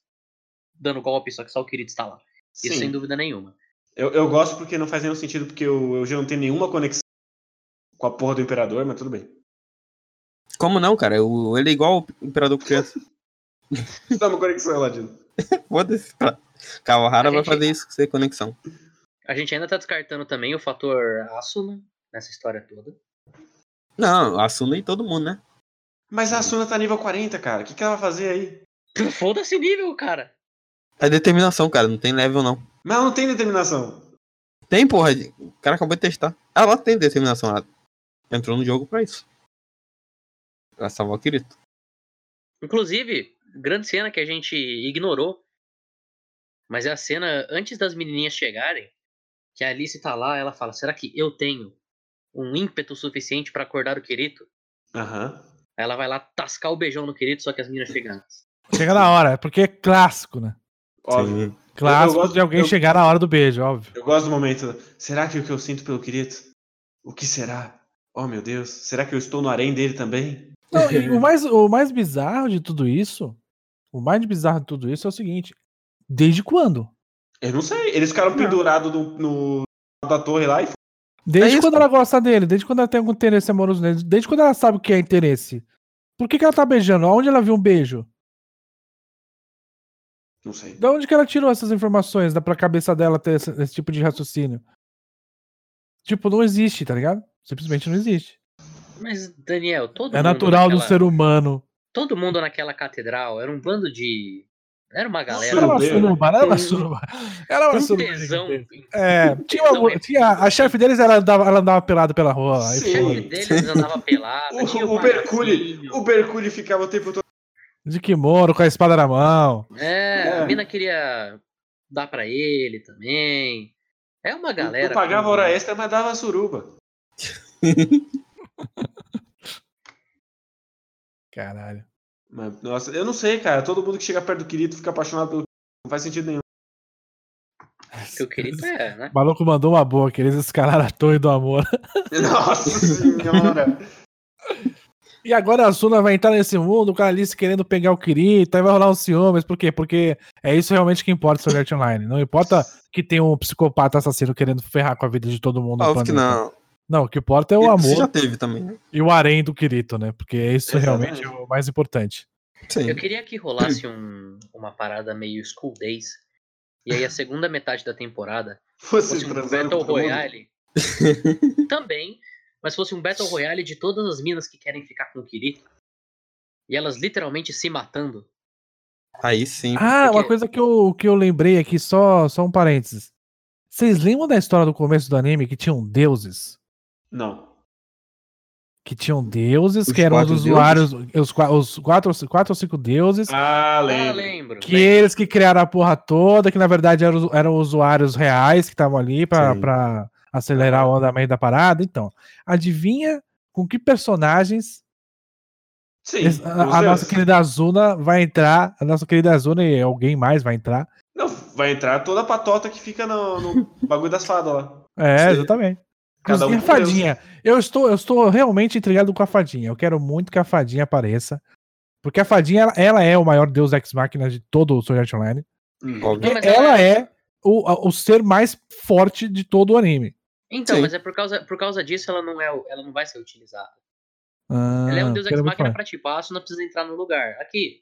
Speaker 7: dando golpe. Só que só o Kirito está lá. Isso sem
Speaker 2: Sim.
Speaker 7: dúvida nenhuma.
Speaker 2: Eu, eu gosto porque não faz nenhum sentido, porque o Eugeo não tem nenhuma conexão com a porra do Imperador, mas tudo bem. <laughs>
Speaker 3: Como não, cara? O, ele é igual o Imperador Criança.
Speaker 2: Isso dá uma conexão, Ladino.
Speaker 3: <laughs> Foda-se. Pra... Kawahara
Speaker 7: A
Speaker 3: vai
Speaker 7: gente-
Speaker 3: fazer isso sem conexão.
Speaker 7: A gente ainda tá descartando também o fator Asuna nessa história toda. <laughs>
Speaker 3: Não, Asuna e todo mundo, né?
Speaker 2: Mas a Asuna tá nível 40, cara. O que, que ela vai fazer aí?
Speaker 7: Foda-se nível, cara.
Speaker 3: É determinação, cara. Não tem level, não.
Speaker 2: Mas ela não tem determinação.
Speaker 3: Tem, porra. de- O cara acabou de testar. Ela tem determinação. Ela entrou no jogo pra isso. Pra salvar o Kirito.
Speaker 7: Inclusive, grande cena que a gente ignorou. Mas é a cena antes das menininhas chegarem, que a Alice tá lá, ela fala: "Será que eu tenho um ímpeto suficiente pra acordar o Quirito?"
Speaker 2: Aham.
Speaker 7: Aí ela vai lá tascar o beijão no Quirito, só que as meninas chegam antes.
Speaker 4: Chega na hora, porque é clássico, né?
Speaker 2: Óbvio.
Speaker 3: Sim.
Speaker 4: Clássico
Speaker 2: gosto-
Speaker 4: de alguém
Speaker 2: eu-
Speaker 4: chegar na hora do beijo, óbvio.
Speaker 2: Eu gosto do momento. Será que o que eu sinto pelo querido? O que será? Oh, meu Deus. Será que eu estou no harém dele também?
Speaker 4: Não, Então,
Speaker 3: <laughs>
Speaker 4: e o, mais, o mais bizarro de tudo isso, o mais bizarro de tudo isso é o seguinte: desde quando?
Speaker 3: É
Speaker 2: Eu não sei. Eles ficaram pendurados no, no- da torre lá e f-
Speaker 4: Desde
Speaker 3: isso,
Speaker 4: quando
Speaker 3: pô.
Speaker 4: ela gosta dele, desde quando ela tem algum interesse amoroso nele, desde quando ela sabe o que é interesse. Por que, que ela tá beijando? Onde ela viu um beijo?
Speaker 2: Não sei.
Speaker 4: Da onde que ela tirou essas informações da pra cabeça dela ter esse, esse tipo de raciocínio? Tipo, não existe, tá ligado? Simplesmente não existe.
Speaker 7: Mas Daniel, todo
Speaker 4: É
Speaker 7: mundo
Speaker 4: natural do
Speaker 7: naquela-
Speaker 4: ser humano.
Speaker 7: Todo mundo naquela catedral era um bando de era uma
Speaker 4: Era
Speaker 7: galera
Speaker 4: é uma
Speaker 2: Surubeira.
Speaker 4: suruba, era uma suruba. Era uma
Speaker 7: um
Speaker 4: suruba.
Speaker 7: tesão.
Speaker 4: É, <laughs> tinha, uma, tinha- a chefe deles, ela andava, ela andava pelada pela rua. aí
Speaker 2: Sim.
Speaker 4: foi.
Speaker 7: chefe deles andava pelado.
Speaker 2: O-
Speaker 7: tinha
Speaker 2: o Bercule-
Speaker 7: palhacinho.
Speaker 2: O Bercule ficava o tempo todo.
Speaker 4: De kimono, com a espada na mão.
Speaker 7: É,
Speaker 2: É.
Speaker 7: a mina queria dar pra ele também. É uma galera.
Speaker 2: não pagava
Speaker 7: com-
Speaker 2: hora extra, mas dava suruba.
Speaker 4: Caralho.
Speaker 2: Mas, nossa, eu não sei, cara. Todo mundo que chega perto do querido fica apaixonado pelo Kirito. Não faz sentido nenhum. <laughs>
Speaker 7: Que eu queria é, né?
Speaker 4: O <laughs> maluco mandou uma boa, que eles escalaram a torre do amor. <laughs>
Speaker 2: Nossa senhora.
Speaker 4: E agora a Suna vai entrar nesse mundo com a Alice querendo pegar o Kirito, aí vai rolar um ciúmes, por quê? Porque é isso realmente que importa sobre Art Online. Não importa que tem um psicopata assassino querendo ferrar com a vida de todo mundo. no
Speaker 3: Óbvio Ah, que
Speaker 4: planeta.
Speaker 3: não.
Speaker 4: Não, o que importa é o
Speaker 3: Isso
Speaker 4: amor
Speaker 3: já teve também, né?
Speaker 4: e o harém do Kirito, né? Porque isso
Speaker 2: Exatamente.
Speaker 4: realmente é o mais importante.
Speaker 3: Sim.
Speaker 7: Eu queria que rolasse um- uma parada meio School Days. E aí a segunda metade da temporada
Speaker 2: Fosse
Speaker 7: fosse um
Speaker 2: transando
Speaker 7: Battle
Speaker 2: com todo mundo.
Speaker 4: <laughs>
Speaker 7: Royale. também, mas fosse um Battle Royale de todas as minas que querem ficar com o Kirito. E elas literalmente se matando.
Speaker 3: Aí sim.
Speaker 4: Ah, uma
Speaker 7: Porque-
Speaker 4: coisa que eu, que eu lembrei aqui, só, só um parênteses. Vocês lembram da história do começo do anime que tinham deuses?
Speaker 2: Não.
Speaker 4: Que tinham deuses,
Speaker 3: Os
Speaker 4: que eram os
Speaker 3: quatro
Speaker 4: usuários, os, qua- os quatro, quatro ou cinco deuses.
Speaker 2: Ah,
Speaker 7: Ah,
Speaker 2: lembro.
Speaker 7: lembro.
Speaker 4: Que
Speaker 7: lembro.
Speaker 4: eles que criaram a porra toda, que na verdade eram, os- eram usuários reais que estavam ali pra,
Speaker 3: Sim.
Speaker 4: pra acelerar o andamento da parada. Então, adivinha com que personagens
Speaker 2: Sim.
Speaker 4: es- a, a
Speaker 2: os
Speaker 4: nossa
Speaker 2: deuses.
Speaker 4: querida Azuna vai entrar, a nossa querida Azuna e alguém mais vai entrar.
Speaker 2: Não, vai entrar toda a patota que fica no, no
Speaker 4: <laughs>
Speaker 2: bagulho das fadas lá.
Speaker 4: É,
Speaker 2: Sim.
Speaker 4: exatamente.
Speaker 2: Cada um
Speaker 4: Inclusive, a
Speaker 2: com
Speaker 4: fadinha. Eu estou, eu estou realmente intrigado com a fadinha. Eu quero muito que a fadinha apareça. Porque a fadinha, ela, ela é o maior deus ex-máquina de todo o Sword Art Online.
Speaker 3: Óbvio.
Speaker 7: Não, mas
Speaker 4: Ela é o, a- o ser mais forte de todo o anime.
Speaker 7: Então,
Speaker 3: Sim.
Speaker 7: mas é por causa, por causa disso ela não, é, o- ela não vai ser utilizada. Ela é
Speaker 4: Ah,
Speaker 7: um deus ex
Speaker 4: quero muito
Speaker 7: máquina
Speaker 4: falar. <laughs>
Speaker 7: pra te passo, não precisa entrar no lugar. Aqui.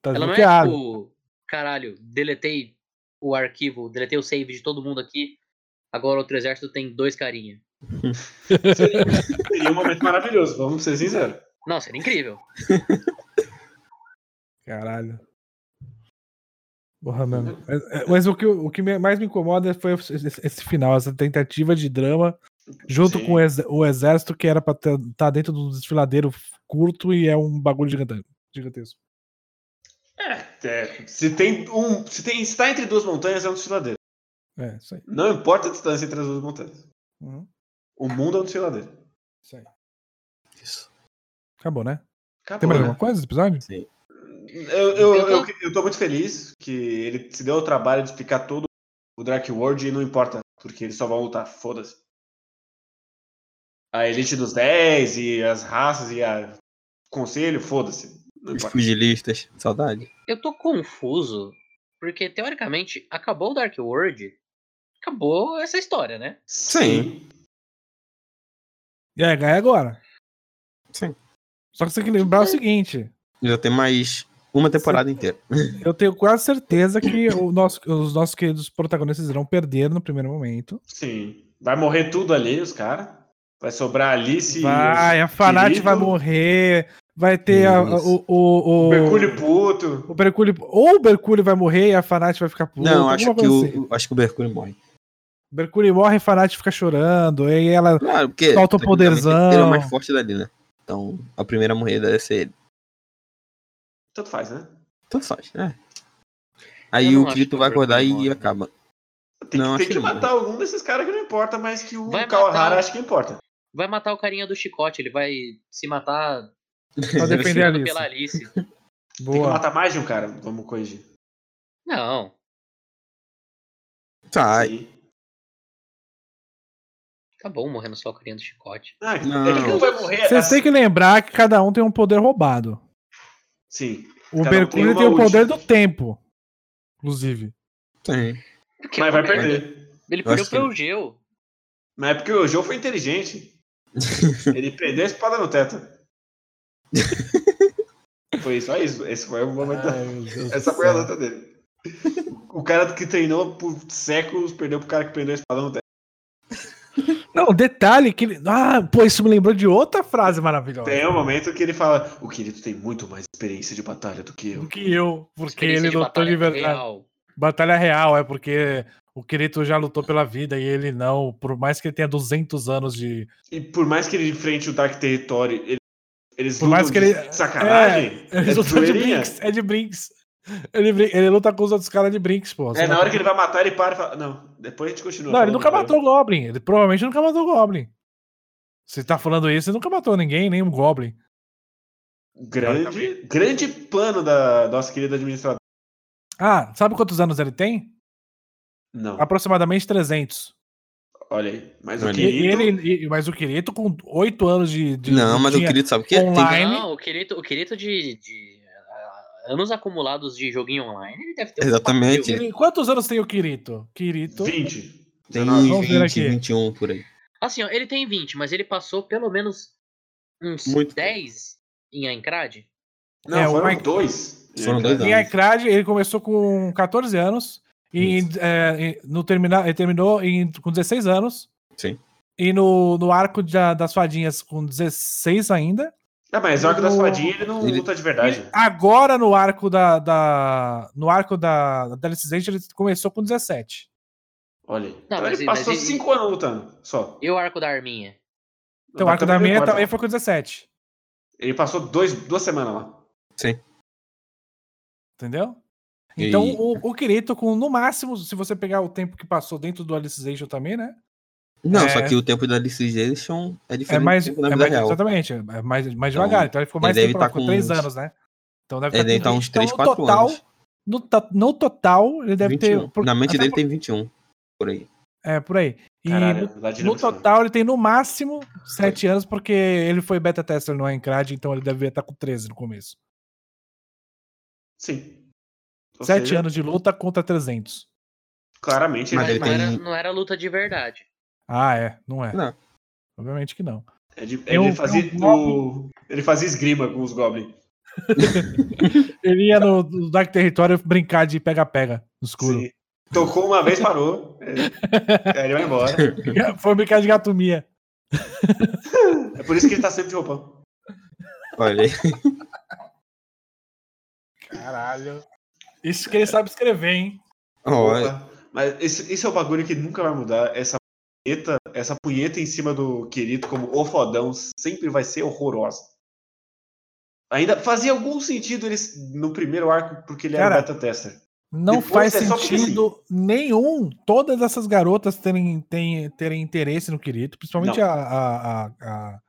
Speaker 4: Tá
Speaker 7: Ela não é
Speaker 4: desbloqueado.
Speaker 7: tipo, caralho, deletei o arquivo, deletei o save de todo mundo aqui. Agora outro exército tem dois carinha.
Speaker 2: Seria um momento maravilhoso, vamos ser sinceros.
Speaker 7: Não, seria incrível.
Speaker 4: Caralho. Porra, mano. Mas, é, mas o que, o que me- mais me incomoda foi esse, esse final, essa tentativa de drama junto
Speaker 2: Sim.
Speaker 4: com o, ex- o exército que era pra estar dentro do desfiladeiro curto e é um bagulho gigante- gigantesco.
Speaker 2: É, se tem um. Se tem. Se tá entre duas montanhas, é um desfiladeiro.
Speaker 4: É, isso aí.
Speaker 2: Não importa a distância entre as duas montanhas.
Speaker 4: Uhum,
Speaker 2: O mundo é um desfiladeiro.
Speaker 4: isso aí.
Speaker 3: Isso.
Speaker 4: Acabou, né? Tem
Speaker 2: Acabou,
Speaker 4: mais
Speaker 2: né?
Speaker 4: alguma coisa nesse episódio?
Speaker 2: Eu, eu,
Speaker 7: Eu
Speaker 2: eu,
Speaker 7: tô-
Speaker 2: eu tô muito feliz que ele se deu o trabalho de explicar todo o Dark World e não importa, porque eles só vão lutar, foda-se. A elite dos 10 e as raças e a conselho, foda-se. Não
Speaker 3: Os
Speaker 2: importa.
Speaker 3: fugilistas. Saudade.
Speaker 7: Eu tô confuso, porque teoricamente acabou o Dark World, acabou essa história, né?
Speaker 3: Sim.
Speaker 4: E aí, é agora.
Speaker 3: Sim.
Speaker 4: Só que você tem que
Speaker 2: É.
Speaker 4: lembrar o seguinte:
Speaker 3: Já tem mais uma temporada inteira.
Speaker 4: eu tenho quase certeza que o nosso- os nossos queridos protagonistas irão perder no primeiro momento.
Speaker 2: Sim. Vai morrer tudo ali, os caras. Vai sobrar a Alice
Speaker 4: Vai,
Speaker 2: e
Speaker 4: a Fanati vai
Speaker 2: querido.
Speaker 4: morrer, vai ter a- a-
Speaker 3: Isso.
Speaker 4: o, o,
Speaker 2: o
Speaker 4: o-
Speaker 2: Mercúrio puto.
Speaker 4: O Bercúlio, ou o Bercúlio vai morrer e a Fanati vai ficar puta.
Speaker 3: Não,
Speaker 4: alguma
Speaker 3: acho que,
Speaker 4: coisa assim.
Speaker 3: o, acho que o Mercúrio morre.
Speaker 4: Bercúlio morre e a Fanati fica chorando. E
Speaker 2: <laughs>
Speaker 4: ela.
Speaker 3: Claro, porque.
Speaker 4: Falta o
Speaker 3: tecnicamente,
Speaker 4: poderzão.
Speaker 3: Ele é o mais forte dali, né? Então, a primeira a morrer deve ser ele.
Speaker 2: Tanto faz, né?
Speaker 3: Tanto faz, né?
Speaker 7: Eu
Speaker 3: Aí
Speaker 7: não
Speaker 3: o
Speaker 7: acho que
Speaker 3: Kirito
Speaker 7: o
Speaker 3: vai acordar
Speaker 7: Mercúrio
Speaker 3: e
Speaker 7: morre.
Speaker 3: acaba.
Speaker 2: Tem
Speaker 3: Não,
Speaker 2: que, tem
Speaker 3: acho
Speaker 2: que
Speaker 3: que não.
Speaker 2: matar algum desses caras que não importa, mas que o
Speaker 7: Vai
Speaker 2: Kawahara
Speaker 7: matar.
Speaker 2: acha que importa.
Speaker 7: Vai matar o carinha do chicote, ele vai se matar
Speaker 4: Pra defender a
Speaker 7: sendo
Speaker 4: Alice.
Speaker 7: pela Alice.
Speaker 2: Tem que
Speaker 4: tá Boa.
Speaker 2: matar mais de um cara, vamos corrigir.
Speaker 7: Não,
Speaker 3: Tá,
Speaker 2: Sim.
Speaker 7: tá bom morrendo só o carinha do chicote.
Speaker 2: Ah,
Speaker 3: Não.
Speaker 2: É que ele não vai morrer.
Speaker 4: Vocês têm que lembrar que cada um tem um poder roubado.
Speaker 2: Sim.
Speaker 4: O
Speaker 2: Cada um
Speaker 4: Bercúlio
Speaker 2: tem
Speaker 4: tem o
Speaker 2: uma
Speaker 4: poder
Speaker 2: última.
Speaker 4: do tempo. Inclusive.
Speaker 3: tem.
Speaker 7: Porque
Speaker 2: Mas vai
Speaker 7: como é-
Speaker 2: perder.
Speaker 7: Ele
Speaker 3: Eu acho
Speaker 7: perdeu
Speaker 3: que não.
Speaker 7: pro Geu.
Speaker 2: Mas é porque o Joe foi
Speaker 4: <laughs>
Speaker 2: inteligente. Ele prendeu a espada no teto. foi só isso. Esse foi o momento.
Speaker 4: Ah,
Speaker 2: da- Essa foi a luta dele. O cara que treinou por séculos perdeu pro cara que prendeu a espada no teto.
Speaker 4: Não, detalhe que ele. Ah, pô, isso me lembrou de outra frase maravilhosa.
Speaker 2: Tem um momento que ele fala: O querido tem muito mais experiência de batalha do que eu.
Speaker 4: Do que eu, porque
Speaker 7: Experiência
Speaker 4: ele
Speaker 7: de
Speaker 4: lutou
Speaker 7: batalha
Speaker 4: de verdade.
Speaker 7: real.
Speaker 4: Batalha real, é porque o Kirito já lutou pela vida e ele não, por mais que ele tenha 200 anos de.
Speaker 2: E por mais que ele enfrente o Dark Territory, ele- eles
Speaker 4: Por mais
Speaker 2: lutam
Speaker 4: que
Speaker 2: de
Speaker 4: ele-
Speaker 2: sacanagem.
Speaker 4: Ele lutou É de
Speaker 2: É zoeirinha.
Speaker 4: Brinks, é de Brinks. Ele, brin- ele luta com os outros caras de Brinks, pô.
Speaker 2: É, na hora que ele vai matar, ele para e fala. Não, depois a gente continua. tá
Speaker 4: Não, ele
Speaker 2: falando,
Speaker 4: nunca
Speaker 2: cara."
Speaker 4: matou o Goblin. Ele provavelmente nunca matou o Goblin. Se tá falando isso, ele nunca matou ninguém, nem um Goblin.
Speaker 2: Grande,
Speaker 3: tá
Speaker 2: grande plano da nossa querida administradora.
Speaker 4: Ah, sabe quantos anos ele tem?
Speaker 2: Não,
Speaker 4: Aproximadamente 300.
Speaker 2: olha aí. Mas o
Speaker 3: Olha aí.
Speaker 4: E,
Speaker 2: querido.
Speaker 4: ele, e- mas o Kirito com 8 anos de. de
Speaker 3: Não, mas o
Speaker 4: tinha-
Speaker 3: Kirito sabe o quê? Tem-
Speaker 4: online.
Speaker 7: Não, o Kirito, o Kirito de, de, ah, anos acumulados de joguinho online, ele deve ter um
Speaker 3: Exatamente.
Speaker 7: papel.
Speaker 4: Ele- Quantos anos tem o Kirito? Kirito.
Speaker 2: 20.
Speaker 3: Tem
Speaker 4: Vamos ver
Speaker 3: 20,
Speaker 4: aqui.
Speaker 3: 21 por aí.
Speaker 7: Assim, ó, ele tem 20, mas ele passou pelo menos uns
Speaker 3: Muito.
Speaker 7: 10 em Aincrad.
Speaker 2: Não,
Speaker 4: É, o
Speaker 2: foram
Speaker 4: Mike-
Speaker 2: dois.
Speaker 3: Foram dois né?
Speaker 4: Em
Speaker 3: anos.
Speaker 4: Aikrad, ele começou com 14 anos. E em- é, em- no terminar, ele terminou em- com 16 anos.
Speaker 3: Sim.
Speaker 4: E no, no arco da- das fadinhas com 16 ainda.
Speaker 2: Ah, mas o Arco das
Speaker 4: O-
Speaker 2: Fadinhas ele não
Speaker 3: Ele-
Speaker 2: luta de verdade.
Speaker 4: E agora no arco da, da- no arco da, da Alice Zente, ele começou com 17.
Speaker 2: Olha aí. Então
Speaker 7: mas
Speaker 2: ele
Speaker 7: e-
Speaker 2: passou
Speaker 7: mas e-
Speaker 2: cinco anos lutando só.
Speaker 7: E o arco da Arminha?
Speaker 4: Então o arco da
Speaker 2: minha
Speaker 4: meia
Speaker 3: né?
Speaker 4: também foi com 17.
Speaker 2: Ele passou dois, duas semanas lá.
Speaker 4: Entendeu?
Speaker 3: E-
Speaker 4: Então o, o Kirito, com no máximo, se você pegar o tempo que passou dentro do Alice Zation também, né?
Speaker 3: Não,
Speaker 4: É.
Speaker 3: só que o tempo da Alicization é diferente
Speaker 4: É mais,
Speaker 3: do
Speaker 4: é
Speaker 3: tempo da vida
Speaker 4: mais
Speaker 3: real.
Speaker 4: exatamente, é mais, mais
Speaker 3: Então,
Speaker 4: devagar. Então ele ficou mais
Speaker 3: ele deve
Speaker 4: tempo,
Speaker 3: tá
Speaker 4: lá, ficou
Speaker 3: com
Speaker 4: três
Speaker 3: uns-
Speaker 4: anos, né? Então deve
Speaker 3: É,
Speaker 4: tá
Speaker 3: deve
Speaker 4: com
Speaker 3: tá
Speaker 4: 20.
Speaker 3: uns 3,
Speaker 4: Então,
Speaker 3: 4
Speaker 4: no total,
Speaker 3: anos.
Speaker 4: No, ta- no total, ele deve
Speaker 3: 21.
Speaker 4: ter. por-
Speaker 3: Na mente
Speaker 4: até
Speaker 3: dele
Speaker 4: por-
Speaker 3: tem 21 por aí.
Speaker 4: É, por aí. E
Speaker 2: Caralho,
Speaker 4: no-
Speaker 2: dá dinâmica,
Speaker 4: no
Speaker 2: né?
Speaker 4: total, ele tem no máximo 7 anos, porque ele foi beta tester no Aincrad, então ele devia estar com 13 no começo.
Speaker 2: Sim. Ou
Speaker 4: 7
Speaker 2: seja,
Speaker 4: anos de luta contra 300.
Speaker 2: Claramente né?
Speaker 3: Mas
Speaker 7: Mas
Speaker 2: ele
Speaker 3: ele
Speaker 7: não,
Speaker 3: tem-
Speaker 7: era, não era luta de verdade.
Speaker 4: Ah, é, não é.
Speaker 3: Não.
Speaker 4: Obviamente que não.
Speaker 2: É ele,
Speaker 4: tem um-
Speaker 2: ele fazia,
Speaker 4: tem um
Speaker 2: o- ele fazia esgrima com os Goblins.
Speaker 4: Ele ia no, no Dark Território brincar de pega-pega no escuro.
Speaker 2: Sim. Tocou uma vez, parou. É, Aí ele vai embora.
Speaker 4: <laughs> Foi um brincar de gatomia.
Speaker 2: É por isso que ele tá sempre de roupão.
Speaker 3: Olha aí.
Speaker 4: Caralho. Isso que ele sabe escrever, hein?
Speaker 3: Olha.
Speaker 2: Opa. Mas esse, esse é o bagulho que nunca vai mudar. Essa punheta, essa punheta em cima do querido como o fodão sempre vai ser horrorosa. Ainda fazia algum sentido eles no primeiro arco, porque ele
Speaker 4: Cara,
Speaker 2: era beta tester.
Speaker 4: Não
Speaker 2: Depois
Speaker 4: faz
Speaker 2: é só porque
Speaker 4: sentido nenhum todas essas garotas terem, terem, terem interesse no Kirito, principalmente
Speaker 2: Não.
Speaker 4: a, a, a- a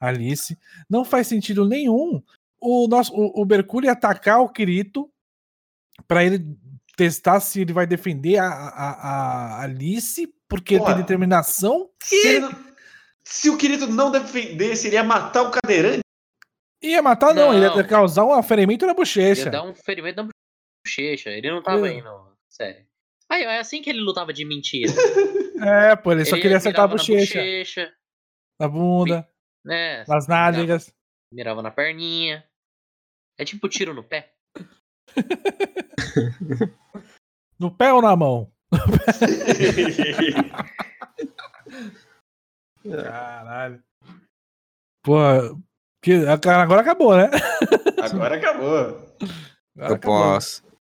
Speaker 4: Alice. Não faz sentido nenhum o nosso o, o Mercúrio atacar o Kirito pra ele testar se ele vai defender a, a- a Alice, porque ele
Speaker 2: Porra.
Speaker 4: tem determinação.
Speaker 2: Se, ele não- se o querido não defendesse, ele ia matar o cadeirante.
Speaker 4: Ia matar, não, ele ia
Speaker 7: Não.
Speaker 4: causar um ferimento na
Speaker 7: Ia
Speaker 4: bochecha.
Speaker 7: dar um ferimento na bochecha. Ele não tava
Speaker 4: É.
Speaker 7: indo, sério. Aí, é assim que ele lutava de mentira.
Speaker 4: É, pô, ele só
Speaker 7: Ele
Speaker 4: queria acertar a
Speaker 7: mirava na
Speaker 4: bochecha,
Speaker 7: bochecha,
Speaker 4: na bunda,
Speaker 7: né?
Speaker 4: nas nádegas.
Speaker 7: Mirava na perninha. É tipo tiro no pé.
Speaker 4: No pé ou na mão? Caralho. Pô, que, a- cara, agora acabou, né?
Speaker 2: Agora acabou.
Speaker 4: Agora
Speaker 3: Eu
Speaker 4: acabou.
Speaker 3: posso.